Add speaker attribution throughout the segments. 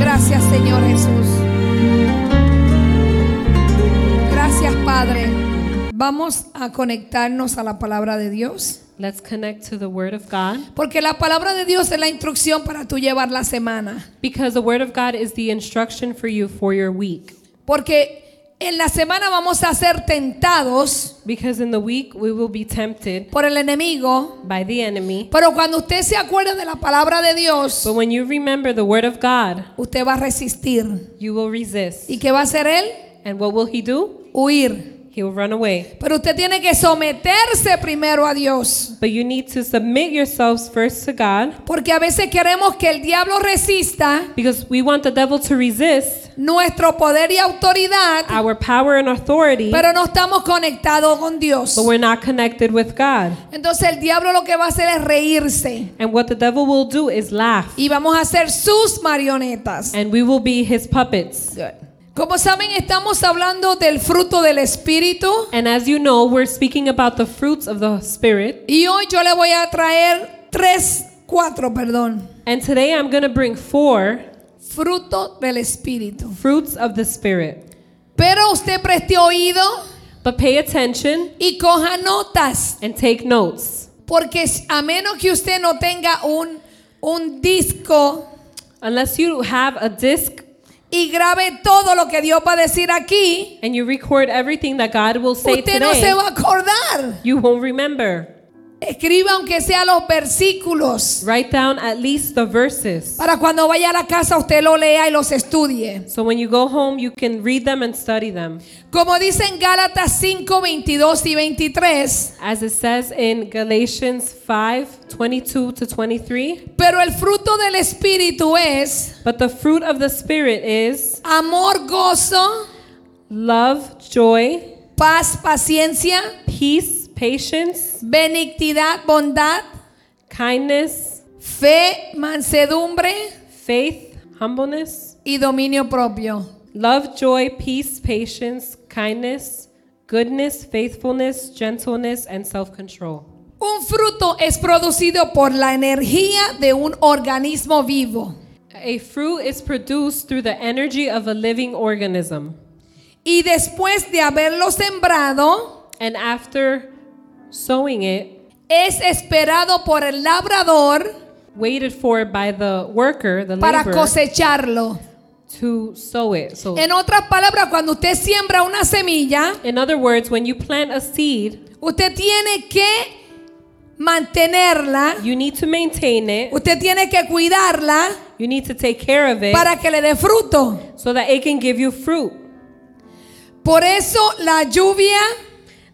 Speaker 1: Gracias Señor Jesús. Gracias Padre. Vamos a conectarnos a la palabra de Dios.
Speaker 2: Let's connect to the Word of God
Speaker 1: Porque la palabra de Dios es la instrucción para tú llevar la semana.
Speaker 2: because the Word of God is the instruction for you for your week.
Speaker 1: Porque en la semana vamos a ser tentados
Speaker 2: Because in the week we will be tempted
Speaker 1: por el enemigo.
Speaker 2: by the enemy.
Speaker 1: Pero cuando usted se acuerda de la palabra de Dios,
Speaker 2: But when you remember the Word of God,
Speaker 1: usted va a resistir.
Speaker 2: you will resist.
Speaker 1: ¿Y qué va a hacer él?
Speaker 2: And what will he do?
Speaker 1: Huir.
Speaker 2: He will run away.
Speaker 1: Pero usted tiene que someterse primero a Dios.
Speaker 2: But you need to submit yourselves first to God
Speaker 1: Porque a veces queremos que el diablo resista
Speaker 2: because we want the devil to resist
Speaker 1: nuestro poder y autoridad,
Speaker 2: our power and authority,
Speaker 1: pero no estamos conectados con Dios.
Speaker 2: but we're not connected with God.
Speaker 1: Entonces el diablo lo que va a hacer es reírse
Speaker 2: And what the devil will do is laugh,
Speaker 1: y vamos a ser sus marionetas.
Speaker 2: and we will be his puppets.
Speaker 1: Como saben, estamos hablando del fruto del Espíritu
Speaker 2: And as you know, we're speaking about the fruits of the Spirit.
Speaker 1: y hoy yo le voy a traer tres, cuatro, perdón,
Speaker 2: And today I'm going to bring four
Speaker 1: fruto del Espíritu.
Speaker 2: fruits of the Spirit.
Speaker 1: Pero usted preste oído
Speaker 2: But pay attention
Speaker 1: y coja notas.
Speaker 2: and take notes.
Speaker 1: Porque s- a menos que usted no tenga un, un disco
Speaker 2: Unless you have a disc
Speaker 1: y grabe todo lo que Dios va a decir aquí,
Speaker 2: and you record everything that God will say
Speaker 1: usted no se
Speaker 2: today,
Speaker 1: va a acordar.
Speaker 2: you won't remember.
Speaker 1: Escriba aunque sea los versículos
Speaker 2: Write down at least the verses.
Speaker 1: para cuando vaya a la casa usted lo lea y los estudie.
Speaker 2: So when you go home, you can read them and study them.
Speaker 1: Como dicen Gálatas 5, 22 y 23,
Speaker 2: As it says in Galatians 5 22 to 23.
Speaker 1: pero el fruto del Espíritu es
Speaker 2: But the fruit of the Spirit is
Speaker 1: amor, gozo,
Speaker 2: love, joy,
Speaker 1: paz, paciencia,
Speaker 2: peace, patience,
Speaker 1: benignidad, bondad,
Speaker 2: kindness,
Speaker 1: fe, mansedumbre
Speaker 2: faith, humbleness,
Speaker 1: y dominio propio.
Speaker 2: love, joy, peace, patience, kindness, goodness, faithfulness, gentleness, and self control.
Speaker 1: Un fruto es producido por la energía de un organismo vivo
Speaker 2: A fruit is produced through the energy of a living organism.
Speaker 1: y después de haberlo sembrado
Speaker 2: And after sowing it,
Speaker 1: es esperado por el labrador
Speaker 2: waited for by the worker, the
Speaker 1: para
Speaker 2: laborer,
Speaker 1: cosecharlo.
Speaker 2: to sow it. So,
Speaker 1: En otras palabras, cuando usted siembra una semilla,
Speaker 2: in other words, when you plant a seed,
Speaker 1: usted tiene que mantenerla,
Speaker 2: you need to maintain it,
Speaker 1: usted tiene que cuidarla
Speaker 2: you need to take care of it
Speaker 1: para que le dé fruto.
Speaker 2: so that it can give you fruit.
Speaker 1: Por eso la lluvia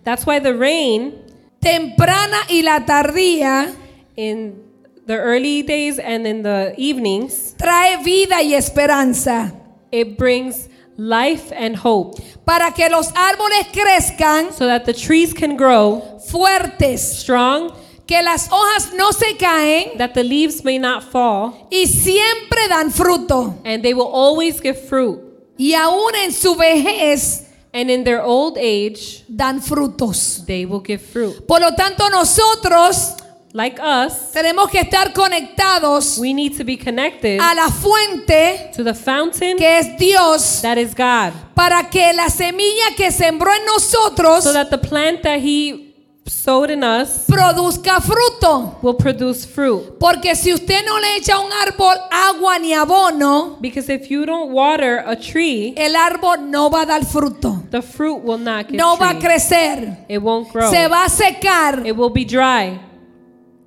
Speaker 2: That's why the rain
Speaker 1: temprana y la tardía
Speaker 2: in the early days and in the evenings,
Speaker 1: trae vida y esperanza.
Speaker 2: it brings life and hope
Speaker 1: para que los árboles crezcan
Speaker 2: so that the trees can grow
Speaker 1: fuertes,
Speaker 2: strong,
Speaker 1: que las hojas no se caen
Speaker 2: that the leaves may not fall,
Speaker 1: y siempre dan fruto.
Speaker 2: and they will always give fruit.
Speaker 1: Y aún en su vejez
Speaker 2: And in their old age,
Speaker 1: dan frutos.
Speaker 2: they will give fruit.
Speaker 1: Por lo tanto, nosotros
Speaker 2: Like us,
Speaker 1: tenemos que estar conectados
Speaker 2: we need to be connected
Speaker 1: a la fuente
Speaker 2: to the fountain
Speaker 1: que es Dios
Speaker 2: that is God
Speaker 1: para que la semilla que sembró en nosotros
Speaker 2: so that the plant that He sowed in us
Speaker 1: produzca fruto.
Speaker 2: will produce fruit.
Speaker 1: Porque si usted no le echa a un árbol agua ni abono,
Speaker 2: Because if you don't water a tree,
Speaker 1: el árbol no va a dar fruto.
Speaker 2: the fruit will not give
Speaker 1: no va a
Speaker 2: tree.
Speaker 1: crecer,
Speaker 2: It won't grow.
Speaker 1: se va a secar.
Speaker 2: It will be dry.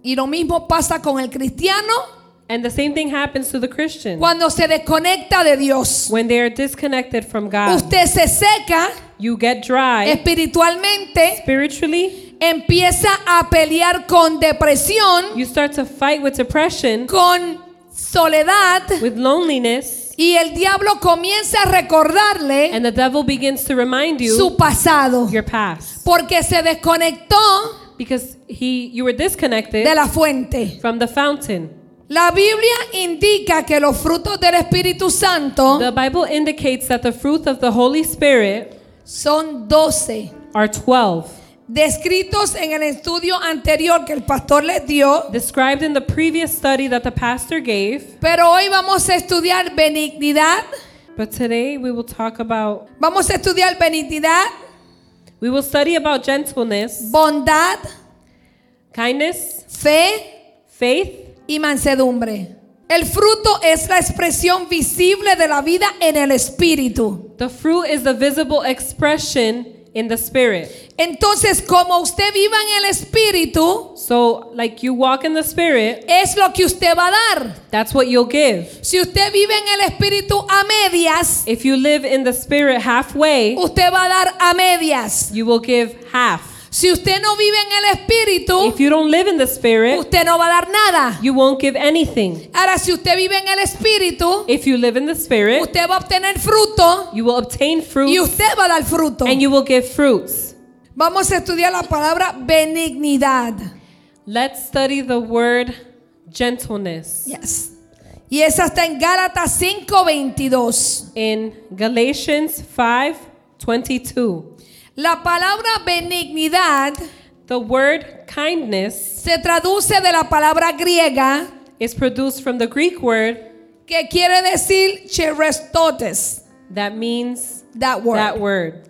Speaker 1: Y lo mismo pasa con el cristiano
Speaker 2: And the same thing happens to the Christian.
Speaker 1: cuando se desconecta de Dios.
Speaker 2: When they are disconnected from God,
Speaker 1: Usted se seca
Speaker 2: you get dry
Speaker 1: espiritualmente,
Speaker 2: spiritually.
Speaker 1: empieza a pelear con depresión,
Speaker 2: You start to fight with depression,
Speaker 1: con soledad,
Speaker 2: with loneliness,
Speaker 1: y el diablo comienza a recordarle
Speaker 2: and the devil begins to remind you
Speaker 1: su pasado,
Speaker 2: your past
Speaker 1: porque se desconectó
Speaker 2: because he you were disconnected
Speaker 1: de la fuente.
Speaker 2: from the fountain.
Speaker 1: La Biblia indica que los frutos del Espíritu Santo
Speaker 2: The Bible indicates that the fruit of the Holy Spirit
Speaker 1: son doce.
Speaker 2: are 12.
Speaker 1: descritos en el estudio anterior que el pastor les dio,
Speaker 2: described in the previous study that the pastor gave.
Speaker 1: pero hoy vamos a estudiar benignidad,
Speaker 2: But today we will talk about,
Speaker 1: vamos a estudiar benignidad,
Speaker 2: we will study about gentleness,
Speaker 1: bondad,
Speaker 2: kindness,
Speaker 1: fe
Speaker 2: faith,
Speaker 1: y mansedumbre. El fruto es la expresión visible de la vida en el espíritu.
Speaker 2: The fruit is the visible expression in the spirit.
Speaker 1: Entonces, como usted viva en el espíritu,
Speaker 2: So, like you walk in the spirit,
Speaker 1: es lo que usted va a dar.
Speaker 2: that's what you'll give.
Speaker 1: Si usted vive en el espíritu a medias,
Speaker 2: If you live in the spirit halfway,
Speaker 1: usted va a dar a medias.
Speaker 2: you will give half.
Speaker 1: Si usted no vive en el espíritu,
Speaker 2: If you don't live in the spirit,
Speaker 1: usted no va a dar nada.
Speaker 2: you won't give anything.
Speaker 1: Ahora, si usted vive en el espíritu,
Speaker 2: If you live in the spirit,
Speaker 1: usted va a obtener fruto
Speaker 2: you will obtain
Speaker 1: y
Speaker 2: fruits
Speaker 1: usted va a dar fruto.
Speaker 2: and you will give fruits.
Speaker 1: Vamos a estudiar la palabra benignidad.
Speaker 2: Let's study the word gentleness
Speaker 1: Yes. Y esa está en Gálatas 5:22.
Speaker 2: in Galatians 5:22.
Speaker 1: La palabra benignidad
Speaker 2: The word kindness
Speaker 1: se traduce de la palabra griega
Speaker 2: is produced from the Greek word
Speaker 1: que quiere decir cherestotes,
Speaker 2: that means
Speaker 1: that word,
Speaker 2: that word.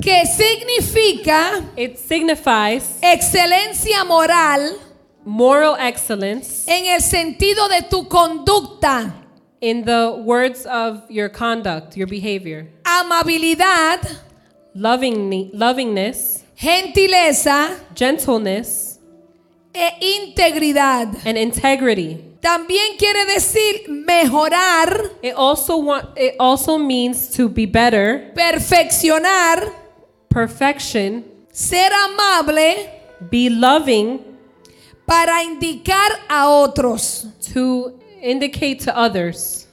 Speaker 1: que significa
Speaker 2: It signifies
Speaker 1: excelencia moral
Speaker 2: moral excellence
Speaker 1: en el sentido de tu conducta,
Speaker 2: in the words of your conduct, your behavior.
Speaker 1: amabilidad,
Speaker 2: Loving, lovingness,
Speaker 1: gentileza
Speaker 2: gentleness,
Speaker 1: e integridad.
Speaker 2: and integrity.
Speaker 1: También quiere decir mejorar,
Speaker 2: It also want, it also means to be better,
Speaker 1: perfeccionar,
Speaker 2: perfection,
Speaker 1: ser amable
Speaker 2: be loving
Speaker 1: para indicar a otros.
Speaker 2: to indicate to others.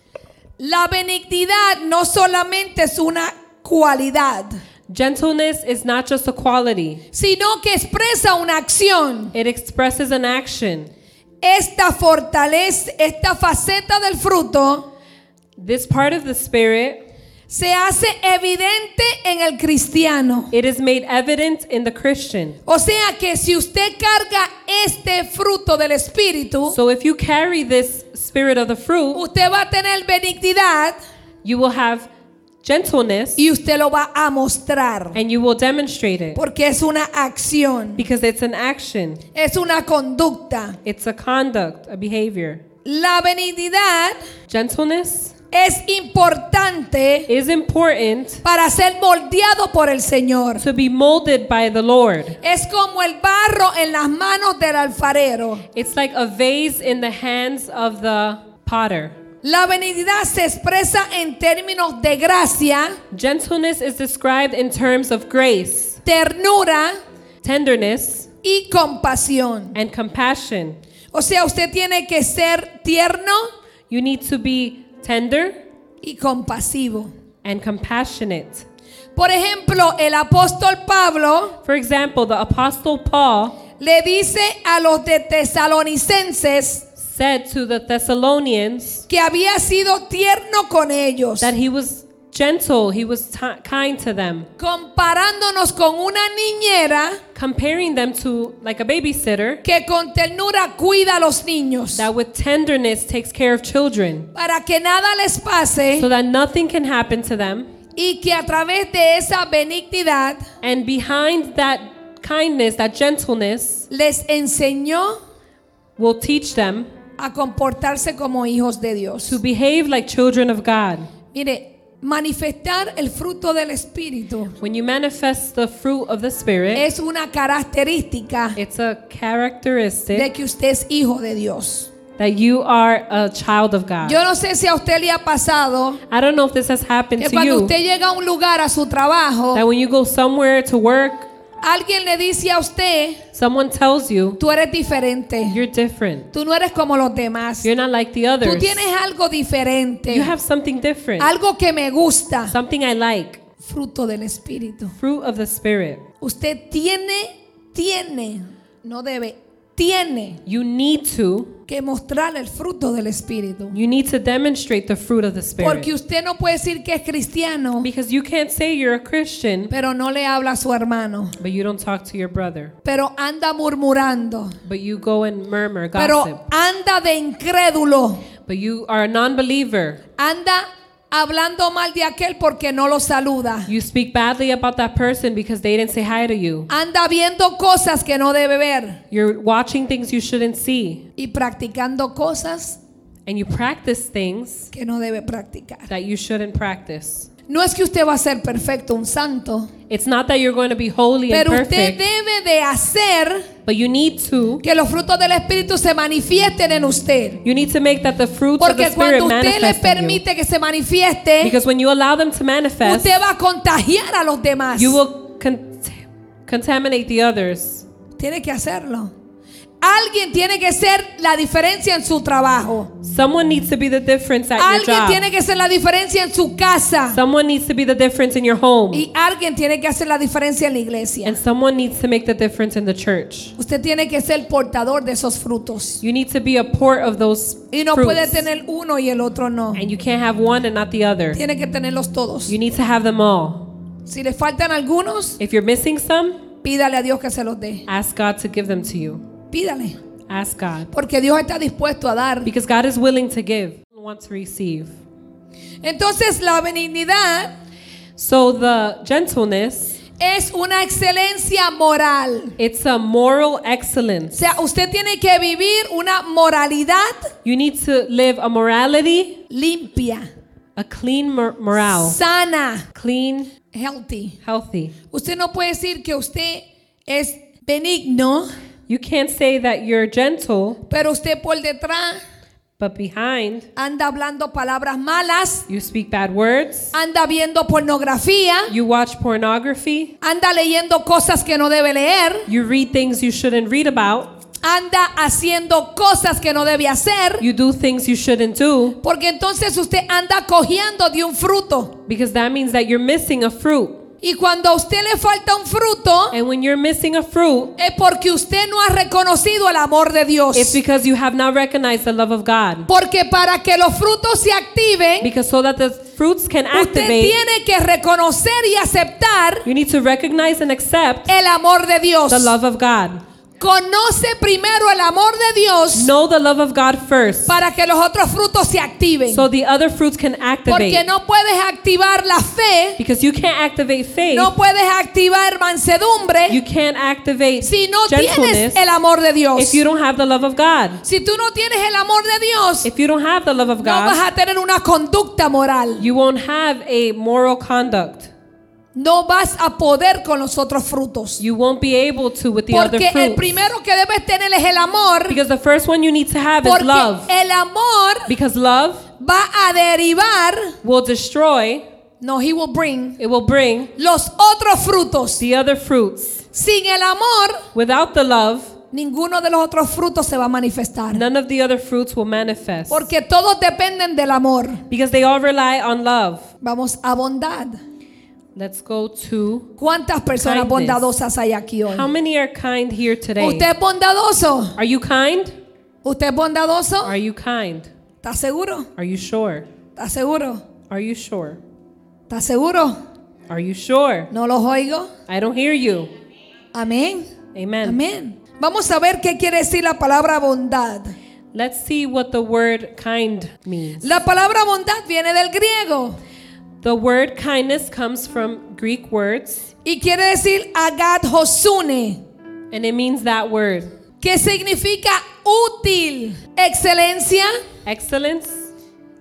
Speaker 1: La benignidad no solamente es una cualidad,
Speaker 2: Gentleness is not just a quality.
Speaker 1: sino que expresa una acción.
Speaker 2: It expresses an action.
Speaker 1: Esta fortaleza, esta faceta del fruto
Speaker 2: This part of the spirit
Speaker 1: se hace evidente en el cristiano.
Speaker 2: It is made evident in the Christian.
Speaker 1: O sea que si usted carga este fruto del Espíritu,
Speaker 2: So if you carry this spirit of the fruit,
Speaker 1: usted va a tener benignidad
Speaker 2: you will have gentleness
Speaker 1: y usted lo va a mostrar.
Speaker 2: and you will demonstrate it
Speaker 1: Porque es una acción,
Speaker 2: because it's an action,
Speaker 1: es una conducta.
Speaker 2: it's a conduct, a behavior.
Speaker 1: La benignidad
Speaker 2: Gentleness
Speaker 1: es importante
Speaker 2: is important
Speaker 1: para ser moldeado por el Señor.
Speaker 2: to be molded by the Lord.
Speaker 1: Es como el barro en las manos del alfarero.
Speaker 2: It's like a vase in the hands of the potter.
Speaker 1: La benignidad se expresa en términos de gracia,
Speaker 2: Gentleness is described in terms of grace,
Speaker 1: ternura
Speaker 2: tenderness,
Speaker 1: y compasión.
Speaker 2: and compassion.
Speaker 1: O sea, usted tiene que ser tierno
Speaker 2: You need to be tender,
Speaker 1: y compasivo.
Speaker 2: and compassionate.
Speaker 1: Por ejemplo, el apóstol Pablo
Speaker 2: For example, the Apostle Paul
Speaker 1: le dice a los de tesalonicenses
Speaker 2: said to the Thessalonians
Speaker 1: que había sido tierno con ellos,
Speaker 2: that he was gentle, he was ti- kind to them,
Speaker 1: comparándonos con una niñera
Speaker 2: comparing them to like a babysitter
Speaker 1: que con ternura cuida a los niños
Speaker 2: that with tenderness takes care of children
Speaker 1: para que nada les pase
Speaker 2: so that nothing can happen to them.
Speaker 1: y que a través de esa benignidad
Speaker 2: And behind that kindness, that gentleness,
Speaker 1: les enseñó
Speaker 2: will teach them
Speaker 1: a comportarse como hijos de Dios.
Speaker 2: to behave like children of God.
Speaker 1: Mire, manifestar el fruto del Espíritu
Speaker 2: When you manifest the fruit of the Spirit,
Speaker 1: es una característica
Speaker 2: it's a characteristic
Speaker 1: de que usted es hijo de Dios.
Speaker 2: that you are a child of God.
Speaker 1: Yo no sé si a usted le ha pasado
Speaker 2: I don't know if this has happened
Speaker 1: que
Speaker 2: to
Speaker 1: Eh, cuando
Speaker 2: you.
Speaker 1: usted llega a un lugar, a su trabajo,
Speaker 2: That when you go somewhere to work,
Speaker 1: alguien le dice a usted,
Speaker 2: someone tells you
Speaker 1: tú eres diferente,
Speaker 2: you're different.
Speaker 1: tú no eres como los demás,
Speaker 2: You're not like the
Speaker 1: tú
Speaker 2: others.
Speaker 1: tienes algo
Speaker 2: You
Speaker 1: diferente,
Speaker 2: have something different.
Speaker 1: algo que me gusta,
Speaker 2: Something I like.
Speaker 1: fruto del Espíritu.
Speaker 2: Fruit of the Spirit.
Speaker 1: Usted tiene, tiene, no debe, tiene
Speaker 2: You need to.
Speaker 1: que mostrar el fruto del Espíritu.
Speaker 2: You need to demonstrate the fruit of the
Speaker 1: Porque
Speaker 2: Spirit.
Speaker 1: usted no puede decir que es cristiano,
Speaker 2: Because you can't say you're a Christian,
Speaker 1: pero no le habla a su hermano.
Speaker 2: but you don't talk to your brother.
Speaker 1: Pero anda murmurando.
Speaker 2: But you go and murmur,
Speaker 1: Pero
Speaker 2: gossip.
Speaker 1: anda de incrédulo.
Speaker 2: But you are a non believer.
Speaker 1: Anda hablando mal de aquel porque no lo saluda.
Speaker 2: You speak badly about that person because they didn't say hi to you.
Speaker 1: Anda viendo cosas que no debe ver
Speaker 2: You're watching things you shouldn't see.
Speaker 1: y practicando cosas
Speaker 2: And you practice things
Speaker 1: que no debe practicar.
Speaker 2: that you shouldn't practice.
Speaker 1: No es que usted va a ser perfecto, un santo,
Speaker 2: It's not that you're going to be holy and
Speaker 1: pero usted
Speaker 2: perfect,
Speaker 1: debe de hacer
Speaker 2: but you need to.
Speaker 1: que los frutos del Espíritu se manifiesten en usted.
Speaker 2: You need to make that the fruits of the
Speaker 1: Porque
Speaker 2: Spirit
Speaker 1: cuando usted le
Speaker 2: manifest in you.
Speaker 1: permite que se manifieste,
Speaker 2: Because when you allow them to manifest,
Speaker 1: usted va a contagiar a los demás.
Speaker 2: you will con- contaminate the others.
Speaker 1: Tiene que hacerlo. Alguien tiene que ser la diferencia en su trabajo.
Speaker 2: Someone needs to be the difference at your
Speaker 1: Alguien
Speaker 2: job.
Speaker 1: tiene que ser la diferencia en su casa.
Speaker 2: Someone needs to be the difference in your home.
Speaker 1: Y alguien tiene que hacer la diferencia en la
Speaker 2: And
Speaker 1: iglesia.
Speaker 2: someone needs to make the difference in the church.
Speaker 1: Usted tiene que ser portador de esos frutos.
Speaker 2: You need to be a port of those
Speaker 1: Y no
Speaker 2: fruits.
Speaker 1: puede tener uno y el otro no.
Speaker 2: and you can't have one and not the other.
Speaker 1: Tiene que tenerlos todos.
Speaker 2: You need to have them all.
Speaker 1: Si le faltan algunos,
Speaker 2: If you're missing some,
Speaker 1: pídale a Dios que se los dé.
Speaker 2: ask God to give them to you.
Speaker 1: Pídale.
Speaker 2: Ask God.
Speaker 1: Porque Dios está dispuesto a dar.
Speaker 2: Because God is willing to give, want to receive.
Speaker 1: Entonces la benignidad
Speaker 2: So the gentleness,
Speaker 1: es una excelencia moral.
Speaker 2: it's a
Speaker 1: O
Speaker 2: moral excellence.
Speaker 1: sea, usted tiene que vivir una moralidad
Speaker 2: You need to live a morality,
Speaker 1: limpia,
Speaker 2: a clean mor- morale,
Speaker 1: sana,
Speaker 2: clean,
Speaker 1: healthy.
Speaker 2: healthy.
Speaker 1: Usted no puede decir que usted es benigno,
Speaker 2: You can't say that you're gentle,
Speaker 1: pero usted por detrás
Speaker 2: but behind
Speaker 1: anda hablando palabras malas,
Speaker 2: you speak bad words,
Speaker 1: anda viendo pornografía,
Speaker 2: you watch pornography,
Speaker 1: anda leyendo cosas que no debe leer,
Speaker 2: you read things you shouldn't read about,
Speaker 1: anda haciendo cosas que no debe hacer,
Speaker 2: you do things you shouldn't do,
Speaker 1: porque entonces usted anda cogiendo de un fruto.
Speaker 2: because that means that you're missing a fruit.
Speaker 1: Y cuando a usted le falta un fruto,
Speaker 2: And when you're missing a fruit,
Speaker 1: es porque usted no ha reconocido el amor de Dios.
Speaker 2: it's because you have not recognized the love of God.
Speaker 1: Porque para que los frutos se activen,
Speaker 2: Because so that the fruits can
Speaker 1: usted
Speaker 2: activate,
Speaker 1: tiene que reconocer y aceptar
Speaker 2: you need to recognize and accept
Speaker 1: el amor de Dios.
Speaker 2: the love of God.
Speaker 1: Conoce primero el amor de Dios
Speaker 2: Know the love of God first,
Speaker 1: para que los otros frutos se activen.
Speaker 2: so the other fruits can
Speaker 1: Porque
Speaker 2: activate.
Speaker 1: no puedes activar la fe,
Speaker 2: Because you can't activate faith,
Speaker 1: no puedes activar
Speaker 2: you
Speaker 1: mansedumbre
Speaker 2: can't activate
Speaker 1: si no
Speaker 2: gentleness
Speaker 1: tienes el amor de Dios.
Speaker 2: if you don't have the love of God.
Speaker 1: Si tú no tienes el amor de Dios,
Speaker 2: If you don't have the love of
Speaker 1: no vas
Speaker 2: God,
Speaker 1: a tener una conducta moral.
Speaker 2: you won't have a moral conduct.
Speaker 1: no vas a poder con los otros frutos.
Speaker 2: You won't be able to with the other
Speaker 1: Porque el
Speaker 2: fruits.
Speaker 1: primero que debes tener es el amor.
Speaker 2: Because the first one you need to have is
Speaker 1: Porque
Speaker 2: love.
Speaker 1: el amor
Speaker 2: Because love
Speaker 1: va a derivar,
Speaker 2: will destroy,
Speaker 1: no, he will bring
Speaker 2: it will bring
Speaker 1: los otros frutos.
Speaker 2: the other fruits.
Speaker 1: Sin el amor,
Speaker 2: Without the love,
Speaker 1: ninguno de los otros frutos se va a manifestar.
Speaker 2: none of the other fruits will manifest.
Speaker 1: Porque todos dependen del amor.
Speaker 2: Because they all rely on love.
Speaker 1: Vamos a bondad.
Speaker 2: Let's go to
Speaker 1: ¿Cuántas personas
Speaker 2: Kindness.
Speaker 1: bondadosas hay aquí hoy?
Speaker 2: how many are kind here today?
Speaker 1: ¿Usted es bondadoso?
Speaker 2: Are you kind?
Speaker 1: ¿Usted es bondadoso?
Speaker 2: Are you kind?
Speaker 1: ¿Está seguro?
Speaker 2: Are you sure?
Speaker 1: ¿Está seguro?
Speaker 2: Are you sure?
Speaker 1: ¿Está seguro?
Speaker 2: Are you sure?
Speaker 1: ¿No los oigo?
Speaker 2: I don't hear you.
Speaker 1: Amén.
Speaker 2: Amen.
Speaker 1: Amén. Vamos a ver qué quiere decir la palabra bondad.
Speaker 2: Let's see what the word kind means.
Speaker 1: La palabra bondad viene del griego
Speaker 2: The word kindness comes from Greek words,
Speaker 1: y quiere decir agathosune,
Speaker 2: and it means that word
Speaker 1: que significa útil, excelencia,
Speaker 2: excellence,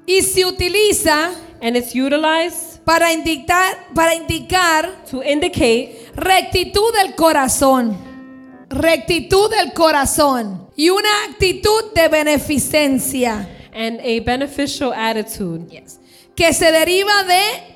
Speaker 1: y se utiliza
Speaker 2: and it's utilized
Speaker 1: para indicar, para indicar
Speaker 2: to indicate
Speaker 1: rectitud del corazón, rectitud del corazón y una actitud de beneficencia
Speaker 2: and a beneficial attitude
Speaker 1: que se deriva de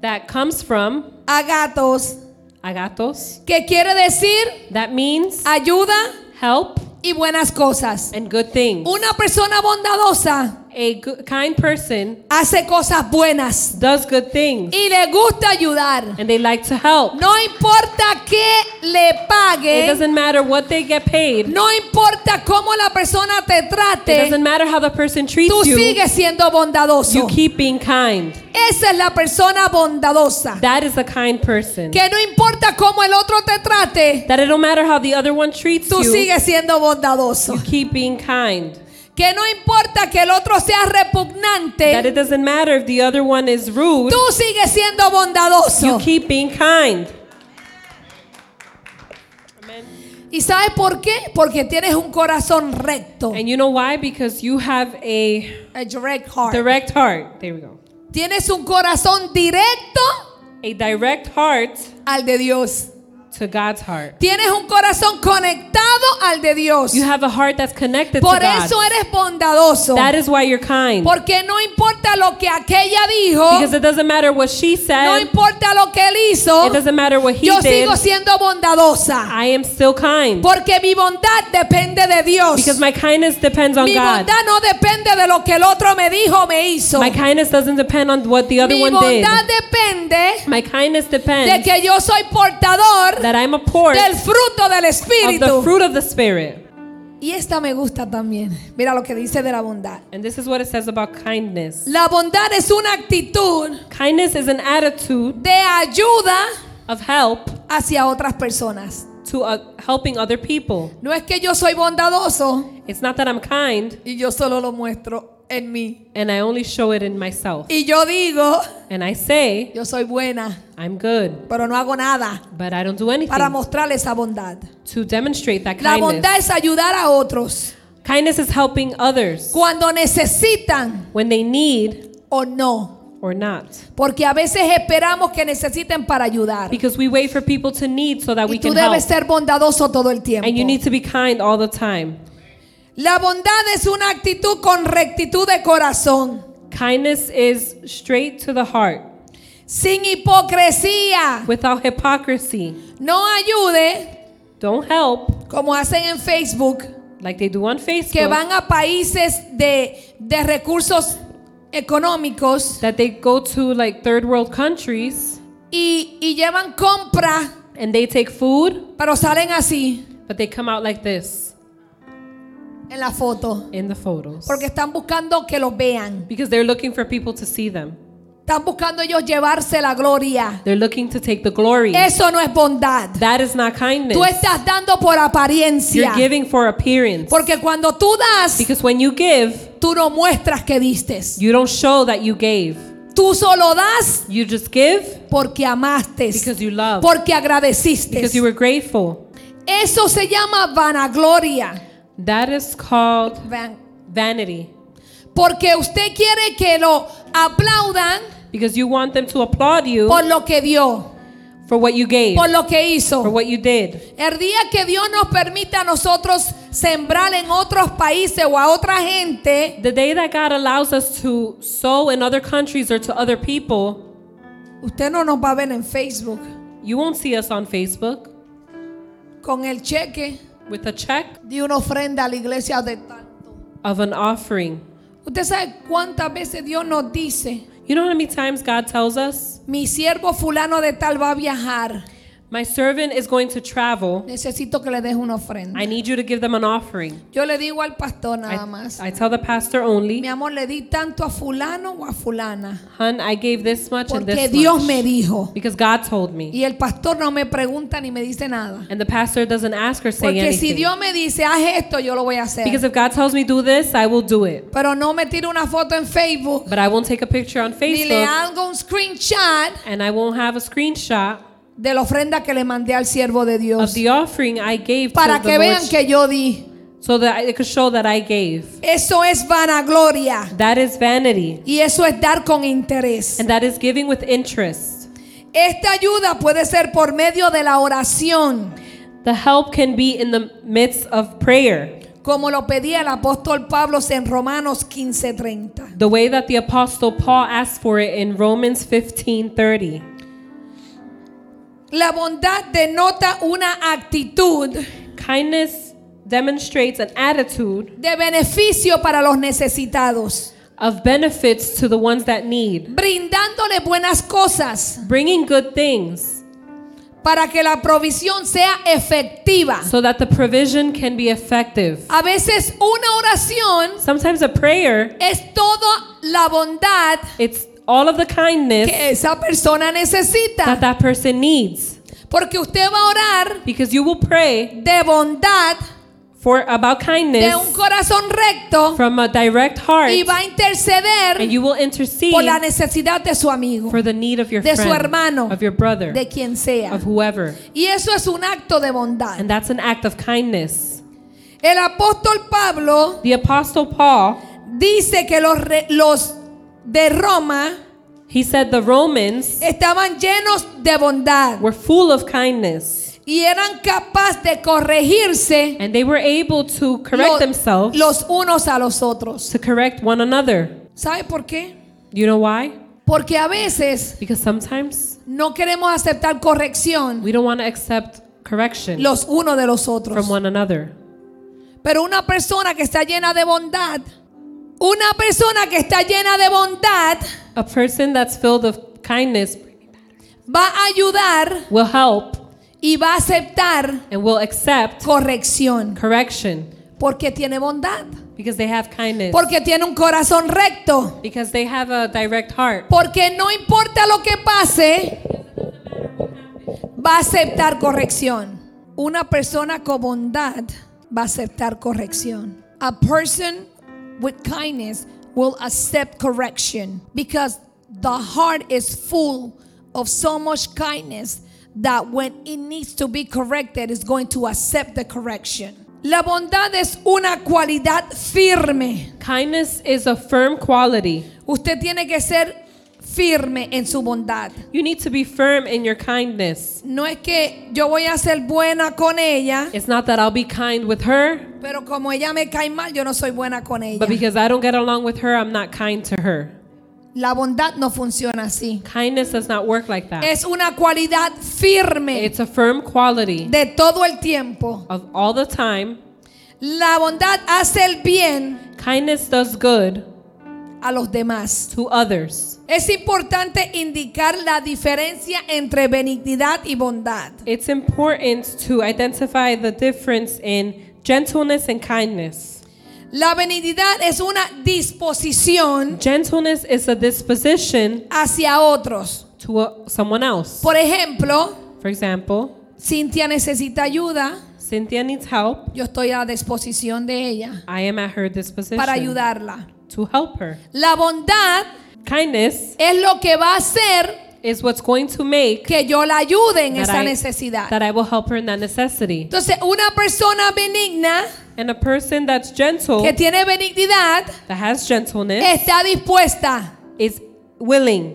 Speaker 2: that comes from
Speaker 1: agatos,
Speaker 2: agathos.
Speaker 1: que quiere decir
Speaker 2: That means
Speaker 1: ayuda
Speaker 2: help
Speaker 1: y buenas cosas.
Speaker 2: and good things.
Speaker 1: Una persona bondadosa
Speaker 2: A good, kind person
Speaker 1: hace cosas buenas
Speaker 2: does good things
Speaker 1: y le gusta ayudar.
Speaker 2: and they like to help.
Speaker 1: No importa qué le
Speaker 2: It
Speaker 1: pague,
Speaker 2: doesn't matter what they get paid.
Speaker 1: no importa cómo la persona te
Speaker 2: It
Speaker 1: trate,
Speaker 2: doesn't matter how the person treats
Speaker 1: tú
Speaker 2: you.
Speaker 1: sigues siendo bondadoso.
Speaker 2: You keep being kind.
Speaker 1: Esa es la persona bondadosa.
Speaker 2: That is a kind person.
Speaker 1: Que no importa cómo el otro te trate,
Speaker 2: That it don't matter how the other one treats
Speaker 1: tú
Speaker 2: you.
Speaker 1: sigues siendo bondadoso.
Speaker 2: Keep being kind.
Speaker 1: Que no importa que el otro sea
Speaker 2: That
Speaker 1: repugnante,
Speaker 2: it doesn't matter if the other one is rude.
Speaker 1: tú sigues siendo
Speaker 2: You
Speaker 1: bondadoso.
Speaker 2: keep being kind.
Speaker 1: ¿Y sabes por qué? Porque tienes un corazón recto.
Speaker 2: And you know why? Because you have a
Speaker 1: A direct heart.
Speaker 2: direct heart. There we go.
Speaker 1: Tienes un corazón directo
Speaker 2: A direct heart
Speaker 1: al de Dios.
Speaker 2: to God's heart.
Speaker 1: Tienes un corazón conectado al de Dios.
Speaker 2: You have a heart that's connected
Speaker 1: Por
Speaker 2: to God.
Speaker 1: eso eres bondadoso.
Speaker 2: That is why you're kind.
Speaker 1: Porque no importa lo que aquella dijo,
Speaker 2: Because it doesn't matter what she
Speaker 1: no
Speaker 2: said.
Speaker 1: importa lo que él hizo,
Speaker 2: It doesn't matter what he
Speaker 1: yo
Speaker 2: did. Ah.
Speaker 1: sigo siendo bondadosa.
Speaker 2: I am still kind.
Speaker 1: Porque mi bondad depende de Dios.
Speaker 2: Because my kindness depends on
Speaker 1: Mi
Speaker 2: God.
Speaker 1: bondad no depende de lo que el otro me dijo o me hizo.
Speaker 2: My kindness doesn't depend on what the other
Speaker 1: Mi
Speaker 2: one did.
Speaker 1: bondad depende
Speaker 2: My kindness
Speaker 1: de
Speaker 2: depends
Speaker 1: que yo soy portador
Speaker 2: that I'm a port
Speaker 1: del fruto del
Speaker 2: of the
Speaker 1: Espíritu.
Speaker 2: fruit of the Spirit.
Speaker 1: Y esta me gusta también. Mira lo que dice de la bondad.
Speaker 2: And this is what it says about kindness.
Speaker 1: La bondad es una actitud
Speaker 2: Kindness is an attitude
Speaker 1: de ayuda
Speaker 2: of help
Speaker 1: hacia otras personas.
Speaker 2: to uh, helping other people.
Speaker 1: No es que yo soy bondadoso
Speaker 2: It's not that I'm kind
Speaker 1: y yo solo lo muestro en mí.
Speaker 2: and I only show it in myself.
Speaker 1: Y yo digo,
Speaker 2: And I say,
Speaker 1: yo soy buena,
Speaker 2: I'm good,
Speaker 1: pero no hago nada
Speaker 2: but I don't do
Speaker 1: para
Speaker 2: anything
Speaker 1: mostrar esa bondad.
Speaker 2: to demonstrate that
Speaker 1: La
Speaker 2: kindness.
Speaker 1: bondad es ayudar a otros
Speaker 2: Kindness is helping others
Speaker 1: cuando necesitan
Speaker 2: when they need
Speaker 1: o no.
Speaker 2: or not.
Speaker 1: Porque a veces esperamos que necesiten para ayudar.
Speaker 2: Because we wait for people to need so that we
Speaker 1: Y tú
Speaker 2: can
Speaker 1: debes
Speaker 2: help.
Speaker 1: ser bondadoso todo el tiempo.
Speaker 2: And you need to be kind all the time.
Speaker 1: La bondad es una actitud con rectitud de corazón,
Speaker 2: Kindness is straight to the heart,
Speaker 1: sin hipocresía.
Speaker 2: without hypocrisy.
Speaker 1: No ayude,
Speaker 2: Don't help
Speaker 1: como hacen en Facebook,
Speaker 2: like they do on Facebook.
Speaker 1: que van a países de, de recursos económicos
Speaker 2: that they go to like third world countries
Speaker 1: y, y llevan compra,
Speaker 2: and they take food,
Speaker 1: pero salen así
Speaker 2: but they come out like this
Speaker 1: en la foto.
Speaker 2: in the photos.
Speaker 1: Porque están buscando que los vean.
Speaker 2: Because they're looking for people to see them.
Speaker 1: Están buscando ellos llevarse la gloria.
Speaker 2: They're looking to take the glory.
Speaker 1: Eso no es bondad.
Speaker 2: That is not kindness.
Speaker 1: Tú estás dando por apariencia.
Speaker 2: You're giving for appearance.
Speaker 1: Porque cuando tú das,
Speaker 2: Because when you give,
Speaker 1: tú no muestras que diste.
Speaker 2: you don't show that you gave.
Speaker 1: Tú solo das
Speaker 2: You just give
Speaker 1: porque amaste,
Speaker 2: because you love,
Speaker 1: porque agradeciste.
Speaker 2: because you were grateful.
Speaker 1: Eso se llama vanagloria.
Speaker 2: That is called
Speaker 1: Van-
Speaker 2: vanity.
Speaker 1: Porque usted quiere que lo aplaudan
Speaker 2: Because you want them to applaud you
Speaker 1: por lo que dio,
Speaker 2: for what you gave,
Speaker 1: por lo que
Speaker 2: for
Speaker 1: hizo.
Speaker 2: what you did.
Speaker 1: El día que Dios nos permita a nosotros sembrar en otros países o a otra gente,
Speaker 2: The day that God allows us to sow in other countries or to other people,
Speaker 1: Usted no nos va a ver en Facebook
Speaker 2: you won't see us on Facebook
Speaker 1: con el cheque
Speaker 2: with a check
Speaker 1: de una ofrenda a la iglesia de tanto.
Speaker 2: of an offering.
Speaker 1: Usted sabe cuántas veces Dios nos dice,
Speaker 2: You know how many times God tells us,
Speaker 1: mi siervo fulano de tal va a viajar,
Speaker 2: My servant is going to travel.
Speaker 1: necesito que le des una ofrenda.
Speaker 2: I need you to give them an offering.
Speaker 1: Yo le digo al pastor nada
Speaker 2: I,
Speaker 1: más,
Speaker 2: I tell the pastor
Speaker 1: mi
Speaker 2: only,
Speaker 1: amor, le di tanto a fulano o a fulana,
Speaker 2: Hun, I gave this much and
Speaker 1: porque
Speaker 2: this
Speaker 1: Dios
Speaker 2: much.
Speaker 1: me dijo.
Speaker 2: Because God told me.
Speaker 1: Y el pastor no me pregunta ni me dice nada.
Speaker 2: And the pastor doesn't ask or say
Speaker 1: Porque si
Speaker 2: anything.
Speaker 1: Dios me dice, haz esto, yo lo voy a hacer.
Speaker 2: Because if God tells me do this, I will do it.
Speaker 1: Pero no me tire una foto en Facebook,
Speaker 2: But I won't take a picture on
Speaker 1: ni le
Speaker 2: Facebook
Speaker 1: hago un screenshot
Speaker 2: and I won't have a screenshot
Speaker 1: de la ofrenda que le mandé al siervo de
Speaker 2: of
Speaker 1: Dios
Speaker 2: the offering I gave
Speaker 1: para
Speaker 2: to the
Speaker 1: que
Speaker 2: Lord
Speaker 1: vean que yo di.
Speaker 2: so that I- it could show that I gave.
Speaker 1: Eso es vanagloria
Speaker 2: That is vanity,
Speaker 1: y eso es dar con interés.
Speaker 2: and that is giving with interest.
Speaker 1: Esta ayuda puede ser por medio de la oración,
Speaker 2: The help can be in the midst of prayer,
Speaker 1: como lo pedía el apóstol Pablo en Romanos 15:30.
Speaker 2: the way that the apostle Paul asked for it in Romans 15:30.
Speaker 1: La bondad denota una actitud
Speaker 2: Kindness demonstrates an attitude
Speaker 1: de beneficio para los necesitados.
Speaker 2: of benefits to the ones that need,
Speaker 1: brindándole buenas cosas
Speaker 2: bringing good things
Speaker 1: para que la provisión sea efectiva.
Speaker 2: so that the provision can be effective.
Speaker 1: A veces una oración
Speaker 2: Sometimes a prayer,
Speaker 1: es toda la bondad
Speaker 2: it's all of the kindness
Speaker 1: que esa persona
Speaker 2: that
Speaker 1: necesita.
Speaker 2: that person needs
Speaker 1: Porque usted va a orar
Speaker 2: because you will pray
Speaker 1: de bondad,
Speaker 2: for about
Speaker 1: de un
Speaker 2: kindness
Speaker 1: corazón recto
Speaker 2: from a direct heart
Speaker 1: y va a
Speaker 2: and
Speaker 1: interceder
Speaker 2: you will intercede
Speaker 1: por la necesidad de su amigo,
Speaker 2: for the need of your
Speaker 1: de su
Speaker 2: friend,
Speaker 1: hermano,
Speaker 2: of your brother,
Speaker 1: de quien sea.
Speaker 2: of whoever.
Speaker 1: Y eso es un acto de bondad.
Speaker 2: And that's an act of kindness.
Speaker 1: El apóstol Pablo
Speaker 2: The apostle Paul,
Speaker 1: dice que los, re- los de Roma
Speaker 2: he said the Romans
Speaker 1: estaban llenos de bondad
Speaker 2: were full of kindness
Speaker 1: y eran capaces de corregirse
Speaker 2: and they were able to correct
Speaker 1: lo-
Speaker 2: themselves
Speaker 1: los unos a los otros.
Speaker 2: to correct one another.
Speaker 1: ¿Sabe por qué?
Speaker 2: You know why?
Speaker 1: Porque a veces
Speaker 2: Because sometimes
Speaker 1: no queremos aceptar corrección
Speaker 2: we don't want to accept correction
Speaker 1: los unos de los
Speaker 2: from
Speaker 1: otros.
Speaker 2: one another.
Speaker 1: Pero una persona que está llena de bondad, una persona que está llena de bondad
Speaker 2: A person that's filled of kindness
Speaker 1: va a ayudar
Speaker 2: will help
Speaker 1: y va a aceptar
Speaker 2: and will accept
Speaker 1: corrección
Speaker 2: correction
Speaker 1: porque tiene bondad,
Speaker 2: because they have kindness.
Speaker 1: porque tiene un corazón recto.
Speaker 2: Because they have a direct heart.
Speaker 1: Porque no importa lo que pase, va a aceptar corrección. Una persona con bondad va a aceptar corrección. A person with kindness will accept correction because the heart is full of so much kindness that when it needs to be corrected is going to accept the correction. La bondad es una cualidad firme.
Speaker 2: Kindness is a firm quality.
Speaker 1: Usted tiene que ser firme en su bondad.
Speaker 2: You need to be firm in your kindness.
Speaker 1: No es que yo voy a ser buena con ella,
Speaker 2: It's not that I'll be kind with her,
Speaker 1: pero como ella me cae mal, yo no soy buena con ella.
Speaker 2: but because I don't get along with her, I'm not kind to her.
Speaker 1: La bondad no funciona así.
Speaker 2: Kindness does not work like that.
Speaker 1: Es una cualidad firme
Speaker 2: It's a firm quality
Speaker 1: de todo el tiempo.
Speaker 2: of all the time.
Speaker 1: La bondad hace el bien
Speaker 2: Kindness does good
Speaker 1: a los demás.
Speaker 2: to others.
Speaker 1: Es importante indicar la diferencia entre benignidad y bondad.
Speaker 2: It's important to identify the difference in gentleness and kindness.
Speaker 1: La benignidad es una disposición
Speaker 2: Gentleness is a disposition
Speaker 1: hacia otros.
Speaker 2: to uh, someone else.
Speaker 1: Por ejemplo,
Speaker 2: For example,
Speaker 1: Cintia necesita ayuda.
Speaker 2: Cynthia needs help.
Speaker 1: Yo estoy a disposición de ella
Speaker 2: I am at her disposition
Speaker 1: para ayudarla.
Speaker 2: to help her.
Speaker 1: La bondad
Speaker 2: Kindness
Speaker 1: es lo que va a hacer
Speaker 2: is what's going to make
Speaker 1: que yo la ayude en
Speaker 2: That
Speaker 1: esa
Speaker 2: I-
Speaker 1: necesidad.
Speaker 2: that I will help her in that necessity.
Speaker 1: Entonces, una persona benigna
Speaker 2: And a person that's gentle,
Speaker 1: que tiene benignidad
Speaker 2: that has gentleness,
Speaker 1: está dispuesta,
Speaker 2: is willing,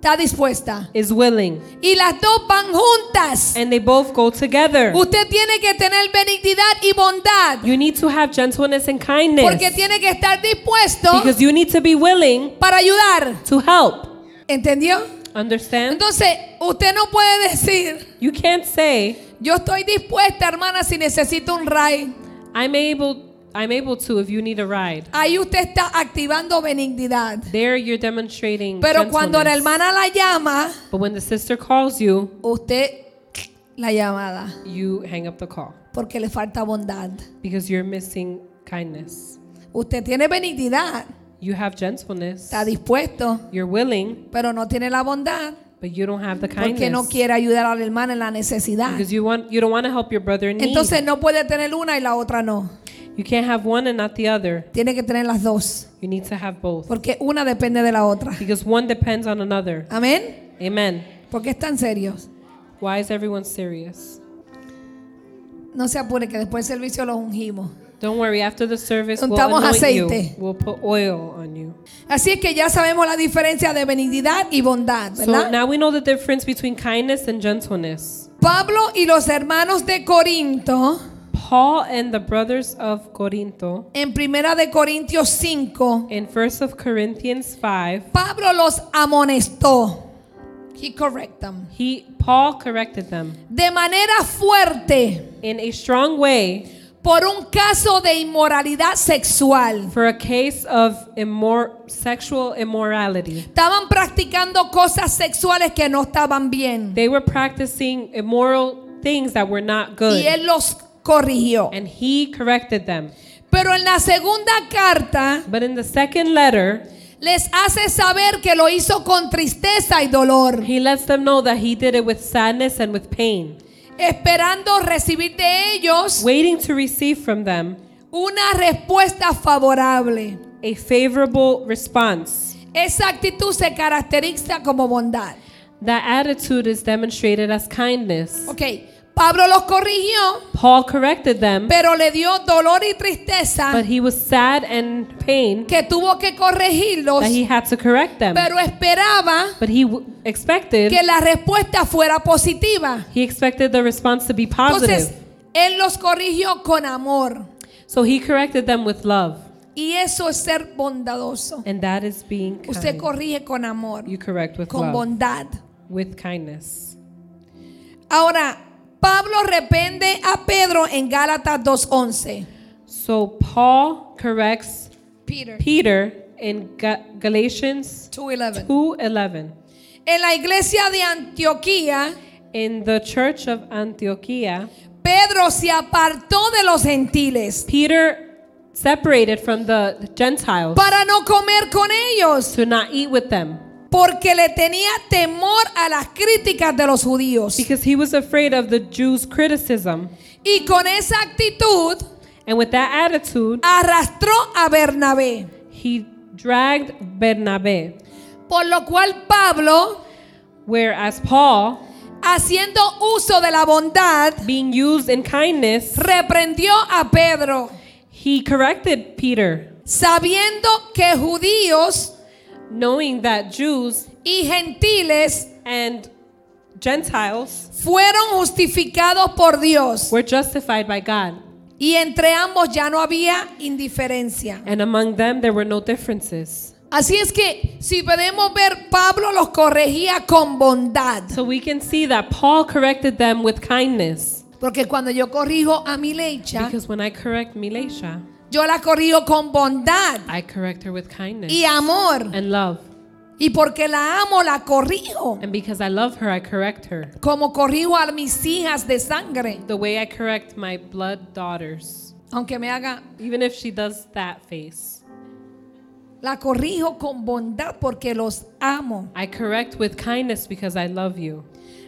Speaker 1: está dispuesta.
Speaker 2: is willing.
Speaker 1: Y las dos van juntas.
Speaker 2: And they both go together.
Speaker 1: Usted tiene que tener benignidad y bondad
Speaker 2: You need to have gentleness and
Speaker 1: porque
Speaker 2: kindness
Speaker 1: tiene que estar dispuesto
Speaker 2: because you need to be willing
Speaker 1: para ayudar.
Speaker 2: to help.
Speaker 1: ¿Entendió?
Speaker 2: Understand?
Speaker 1: Entonces, usted no puede decir,
Speaker 2: You can't say
Speaker 1: yo estoy dispuesta, hermana, si necesito un ride.
Speaker 2: I'm able I'm able to if you need a ride.
Speaker 1: Ahí usted está activando benignidad.
Speaker 2: There you're demonstrating
Speaker 1: Pero cuando la
Speaker 2: gentleness.
Speaker 1: hermana la llama,
Speaker 2: But when the sister calls you,
Speaker 1: usted la llamada
Speaker 2: you hang up the call
Speaker 1: porque le falta bondad.
Speaker 2: because you're missing kindness.
Speaker 1: Usted tiene benignidad,
Speaker 2: You have gentleness.
Speaker 1: está dispuesto,
Speaker 2: You're willing,
Speaker 1: pero no tiene la bondad
Speaker 2: but you don't have the kindness
Speaker 1: porque no quiere ayudar a la hermana en la necesidad.
Speaker 2: because you want you don't want to help your brother in need.
Speaker 1: Entonces no puede tener una y la otra no.
Speaker 2: You can't have one and not the other.
Speaker 1: Tiene que tener las dos
Speaker 2: You need to have both
Speaker 1: porque una depende de la otra.
Speaker 2: because one depends on another.
Speaker 1: Amén.
Speaker 2: Amen.
Speaker 1: ¿Por qué están serios?
Speaker 2: Why is everyone serious?
Speaker 1: No se apure que después del servicio los ungimos.
Speaker 2: Don't worry, after the service, we'll
Speaker 1: Untamos
Speaker 2: anoint you.
Speaker 1: aceite.
Speaker 2: We'll put oil on you.
Speaker 1: Así es que ya sabemos la diferencia de benignidad y bondad,
Speaker 2: So
Speaker 1: ¿verdad?
Speaker 2: now we know the difference between kindness and gentleness.
Speaker 1: Pablo y los hermanos de Corinto,
Speaker 2: Paul and the brothers of Corinto
Speaker 1: en Primera de Corintios 5,
Speaker 2: in 1st of Corinthians 5,
Speaker 1: Pablo los amonestó. He correct them.
Speaker 2: he Paul corrected them
Speaker 1: De manera fuerte,
Speaker 2: in a strong way.
Speaker 1: por un caso de inmoralidad sexual.
Speaker 2: for a case of immor- sexual immorality.
Speaker 1: Estaban practicando cosas sexuales que no estaban bien.
Speaker 2: They were practicing immoral things that were not
Speaker 1: Y
Speaker 2: good,
Speaker 1: él los corrigió.
Speaker 2: and he corrected them.
Speaker 1: Pero en la segunda carta
Speaker 2: But in the second letter,
Speaker 1: les hace saber que lo hizo con tristeza y dolor,
Speaker 2: he lets them know that he did it with sadness and with pain,
Speaker 1: esperando recibir de ellos
Speaker 2: waiting to receive from them
Speaker 1: una respuesta favorable.
Speaker 2: a favorable response.
Speaker 1: Esa actitud se caracteriza como bondad.
Speaker 2: That attitude is demonstrated as kindness.
Speaker 1: Ok, Pablo los corrigió,
Speaker 2: Paul corrected them,
Speaker 1: pero le dio dolor y tristeza
Speaker 2: but he was sad and pain
Speaker 1: que tuvo que corregirlos,
Speaker 2: that he had to correct them.
Speaker 1: pero esperaba
Speaker 2: But he w- expected
Speaker 1: que la respuesta fuera positiva.
Speaker 2: he expected the response to be
Speaker 1: Entonces,
Speaker 2: positive.
Speaker 1: él los corrigió con amor.
Speaker 2: So he corrected them with love,
Speaker 1: Y eso es ser bondadoso.
Speaker 2: and that is being
Speaker 1: Usted
Speaker 2: kind.
Speaker 1: corrige con amor,
Speaker 2: You correct with
Speaker 1: con
Speaker 2: love,
Speaker 1: bondad.
Speaker 2: with kindness.
Speaker 1: Ahora, Pablo repende a Pedro en Gálatas 2.11.
Speaker 2: So Paul corrects
Speaker 1: Peter
Speaker 2: Peter in Ga- Galatians
Speaker 1: 2.11.
Speaker 2: 2:11.
Speaker 1: En la iglesia de Antioquía,
Speaker 2: In the church of Antiochia,
Speaker 1: Pedro se apartó de los gentiles
Speaker 2: Peter separated from the Gentiles
Speaker 1: para no comer con ellos,
Speaker 2: to not eat with them
Speaker 1: porque le tenía temor a las críticas de los judíos.
Speaker 2: because he was afraid of the Jews' criticism.
Speaker 1: Y con esa actitud
Speaker 2: And with that attitude,
Speaker 1: arrastró a Bernabé.
Speaker 2: he dragged Bernabe.
Speaker 1: Por lo cual Pablo,
Speaker 2: Whereas Paul,
Speaker 1: haciendo uso de la bondad,
Speaker 2: being used in kindness,
Speaker 1: reprendió a Pedro,
Speaker 2: he corrected Peter,
Speaker 1: sabiendo que judíos
Speaker 2: knowing that Jews
Speaker 1: y gentiles
Speaker 2: and Gentiles
Speaker 1: fueron justificados por Dios
Speaker 2: were justified by God,
Speaker 1: y entre ambos ya no había indiferencia.
Speaker 2: and among them there were no differences.
Speaker 1: Así es que si podemos ver, Pablo los corregía con bondad.
Speaker 2: So we can see that Paul corrected them with kindness
Speaker 1: Porque cuando yo corrijo a mi leicha,
Speaker 2: because when I correct Mileisha,
Speaker 1: yo la corrijo con bondad
Speaker 2: I correct her with kindness
Speaker 1: y amor.
Speaker 2: and love.
Speaker 1: Y porque la amo, la corrijo.
Speaker 2: And because I love her, I correct her
Speaker 1: Como corrijo a mis hijas de sangre.
Speaker 2: the way I correct my blood daughters,
Speaker 1: Aunque me haga,
Speaker 2: even if she does that face.
Speaker 1: la corrijo con bondad porque los amo.
Speaker 2: I correct with kindness because I love you.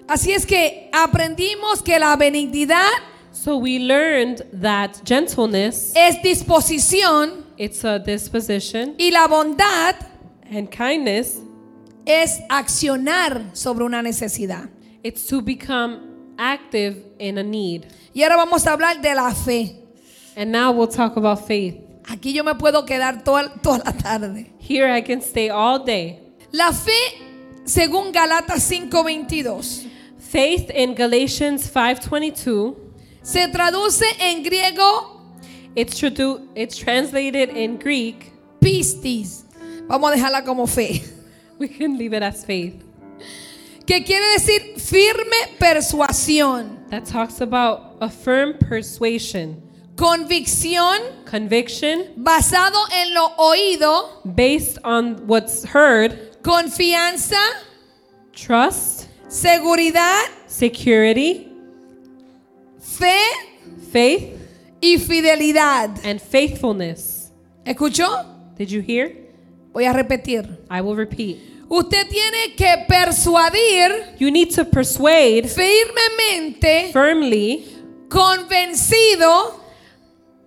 Speaker 1: Así es que aprendimos que la benignidad
Speaker 2: So we learned that gentleness,
Speaker 1: es disposición
Speaker 2: it's a disposition,
Speaker 1: y la bondad
Speaker 2: and kindness,
Speaker 1: es accionar sobre una necesidad.
Speaker 2: it's to become active in a need.
Speaker 1: Y ahora vamos a hablar de la fe.
Speaker 2: And now we'll talk about faith.
Speaker 1: Aquí yo me puedo quedar toda, toda la tarde.
Speaker 2: Here I can stay all day.
Speaker 1: La fe, según Galatas 5:22,
Speaker 2: Faith in Galatians 5:22,
Speaker 1: se traduce en griego
Speaker 2: it's tradu- it's translated in Greek.
Speaker 1: pistis. Vamos a dejarla como fe.
Speaker 2: We can leave it as faith.
Speaker 1: Que quiere decir firme persuasión,
Speaker 2: That talks about a firm persuasion,
Speaker 1: convicción
Speaker 2: conviction
Speaker 1: basado en lo oído,
Speaker 2: based on what's heard,
Speaker 1: confianza,
Speaker 2: trust,
Speaker 1: seguridad,
Speaker 2: security,
Speaker 1: fe
Speaker 2: faith,
Speaker 1: y fidelidad.
Speaker 2: and faithfulness.
Speaker 1: ¿Escuchó?
Speaker 2: Did you hear?
Speaker 1: Voy a repetir.
Speaker 2: I will repeat.
Speaker 1: Usted tiene que persuadir
Speaker 2: You need to persuade
Speaker 1: firmemente,
Speaker 2: firmly,
Speaker 1: convencido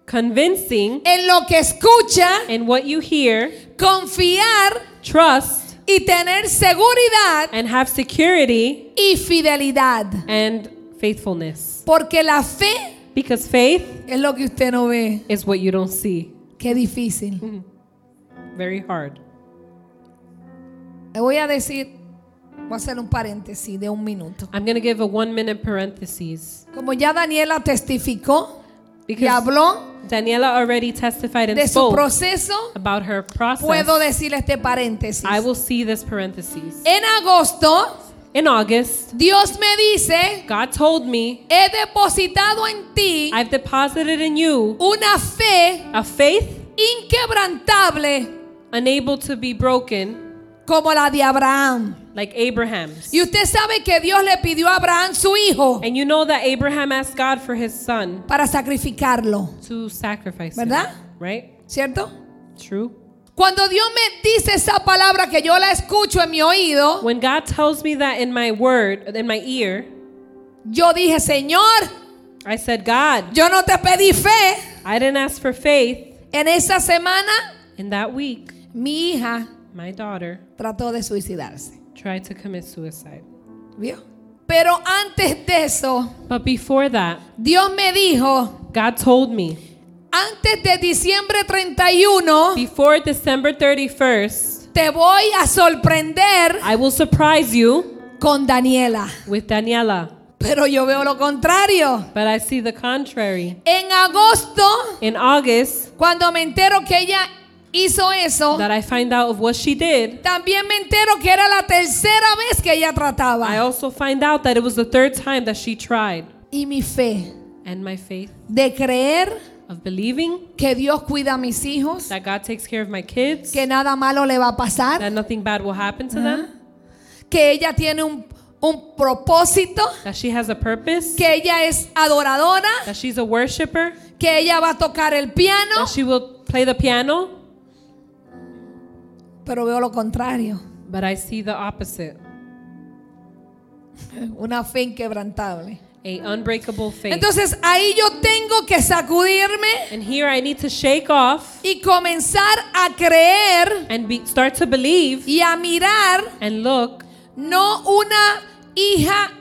Speaker 2: convincing
Speaker 1: en lo que escucha,
Speaker 2: in what you hear,
Speaker 1: confiar
Speaker 2: trust,
Speaker 1: y tener seguridad
Speaker 2: and have security
Speaker 1: y fidelidad.
Speaker 2: and faithfulness.
Speaker 1: Porque la fe
Speaker 2: Because faith
Speaker 1: Es lo que usted no ve.
Speaker 2: is what you don't see.
Speaker 1: Qué difícil.
Speaker 2: Very hard.
Speaker 1: Le voy a decir, voy a hacer un paréntesis de un minuto.
Speaker 2: I'm going to give a one minute parenthesis
Speaker 1: Como ya Daniela testificó y
Speaker 2: because
Speaker 1: habló
Speaker 2: Daniela already testified
Speaker 1: de
Speaker 2: and
Speaker 1: su
Speaker 2: spoke
Speaker 1: proceso,
Speaker 2: about her process.
Speaker 1: puedo decir este paréntesis.
Speaker 2: I will see this paréntesis.
Speaker 1: En agosto
Speaker 2: In August,
Speaker 1: Dios me dice,
Speaker 2: God told me,
Speaker 1: he depositado en ti
Speaker 2: I've deposited in you
Speaker 1: una fe
Speaker 2: a faith
Speaker 1: inquebrantable
Speaker 2: unable to be broken,
Speaker 1: como la de Abraham.
Speaker 2: like Abraham's.
Speaker 1: Y usted sabe que Dios le pidió a Abraham su hijo
Speaker 2: And you know that Abraham asked God for his son
Speaker 1: para sacrificarlo,
Speaker 2: to sacrifice
Speaker 1: ¿Verdad?
Speaker 2: him. Right?
Speaker 1: ¿cierto?
Speaker 2: True.
Speaker 1: Cuando Dios me dice esa palabra que yo la escucho en mi oído,
Speaker 2: When God tells me that in my word, in my ear,
Speaker 1: yo dije, Señor,
Speaker 2: I said, God,
Speaker 1: yo no te pedí fe.
Speaker 2: I didn't ask for faith.
Speaker 1: En esa semana,
Speaker 2: In that week,
Speaker 1: mi hija
Speaker 2: my daughter
Speaker 1: trató de suicidarse.
Speaker 2: tried to commit suicide.
Speaker 1: ¿Vio? Pero antes de eso,
Speaker 2: But before that,
Speaker 1: Dios me dijo,
Speaker 2: God told me,
Speaker 1: antes de diciembre 31,
Speaker 2: before December 31st,
Speaker 1: te voy a sorprender
Speaker 2: I will surprise you
Speaker 1: con Daniela.
Speaker 2: with Daniela.
Speaker 1: Pero yo veo lo contrario.
Speaker 2: But I see the contrary.
Speaker 1: En agosto,
Speaker 2: In August,
Speaker 1: cuando me entero que ella hizo eso,
Speaker 2: that I find out of what she did,
Speaker 1: también me entero que era la tercera vez que ella
Speaker 2: I
Speaker 1: trataba.
Speaker 2: also find out that it was the third time that she tried.
Speaker 1: Y mi fe
Speaker 2: And my faith
Speaker 1: de creer
Speaker 2: of believing
Speaker 1: que Dios cuida a mis hijos,
Speaker 2: that God takes care of my kids,
Speaker 1: que nada malo le va a pasar,
Speaker 2: that nothing bad will happen to them,
Speaker 1: que ella tiene un, un propósito,
Speaker 2: that she has a purpose,
Speaker 1: que ella es adoradora,
Speaker 2: that she's a worshiper,
Speaker 1: que ella va a tocar el piano.
Speaker 2: that she will play the piano.
Speaker 1: Pero veo lo contrario.
Speaker 2: But I see the opposite
Speaker 1: Una fe inquebrantable.
Speaker 2: a unbreakable faith.
Speaker 1: Entonces ahí yo tengo que sacudirme
Speaker 2: and here I need to shake off
Speaker 1: y comenzar a creer
Speaker 2: and be, start to believe
Speaker 1: y a mirar
Speaker 2: and look
Speaker 1: no una hija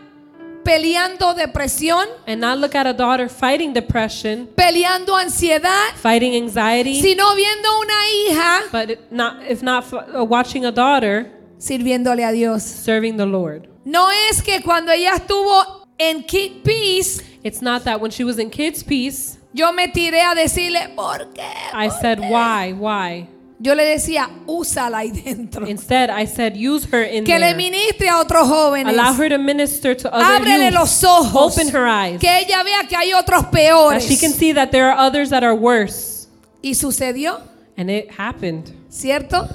Speaker 1: peleando depresión,
Speaker 2: and not look at a daughter fighting depression,
Speaker 1: peleando ansiedad,
Speaker 2: fighting anxiety,
Speaker 1: sino viendo una hija
Speaker 2: but it not if not f- uh, watching a daughter
Speaker 1: sirviéndole a Dios.
Speaker 2: serving the Lord.
Speaker 1: No es que cuando ella estuvo en Kid Peace,
Speaker 2: It's not that when she was in Kids Peace,
Speaker 1: yo me tiré a decirle, ¿por qué?
Speaker 2: I said why, why.
Speaker 1: Yo le decía, úsala ahí dentro.
Speaker 2: Instead, I said use her in
Speaker 1: Que le
Speaker 2: there.
Speaker 1: ministre a otros jóvenes.
Speaker 2: Allow her to minister to other
Speaker 1: Ábrele
Speaker 2: youth.
Speaker 1: los ojos.
Speaker 2: Open her eyes.
Speaker 1: Que ella vea que hay otros
Speaker 2: That she can
Speaker 1: peores.
Speaker 2: see that there are others that are worse.
Speaker 1: Y sucedió,
Speaker 2: And it happened.
Speaker 1: ¿cierto?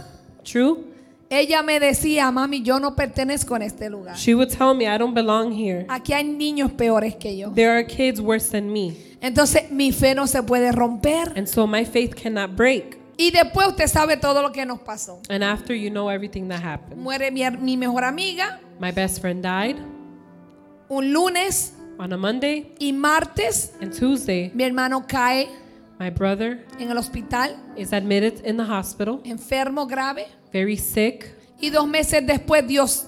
Speaker 2: True?
Speaker 1: Ella me decía, mami, yo no pertenezco en este lugar.
Speaker 2: She would tell me I don't belong here.
Speaker 1: Aquí hay niños peores que yo.
Speaker 2: There are kids worse than me.
Speaker 1: Entonces mi fe no se puede romper.
Speaker 2: And so my faith cannot break.
Speaker 1: Y después usted sabe todo lo que nos pasó.
Speaker 2: And after you know everything that happened.
Speaker 1: Muere mi, her- mi mejor amiga
Speaker 2: My best friend died
Speaker 1: un lunes
Speaker 2: on a Monday
Speaker 1: y martes.
Speaker 2: and Tuesday.
Speaker 1: Mi hermano cae
Speaker 2: My brother
Speaker 1: en el hospital,
Speaker 2: is admitted in the hospital,
Speaker 1: enfermo grave.
Speaker 2: very sick.
Speaker 1: Y dos meses después Dios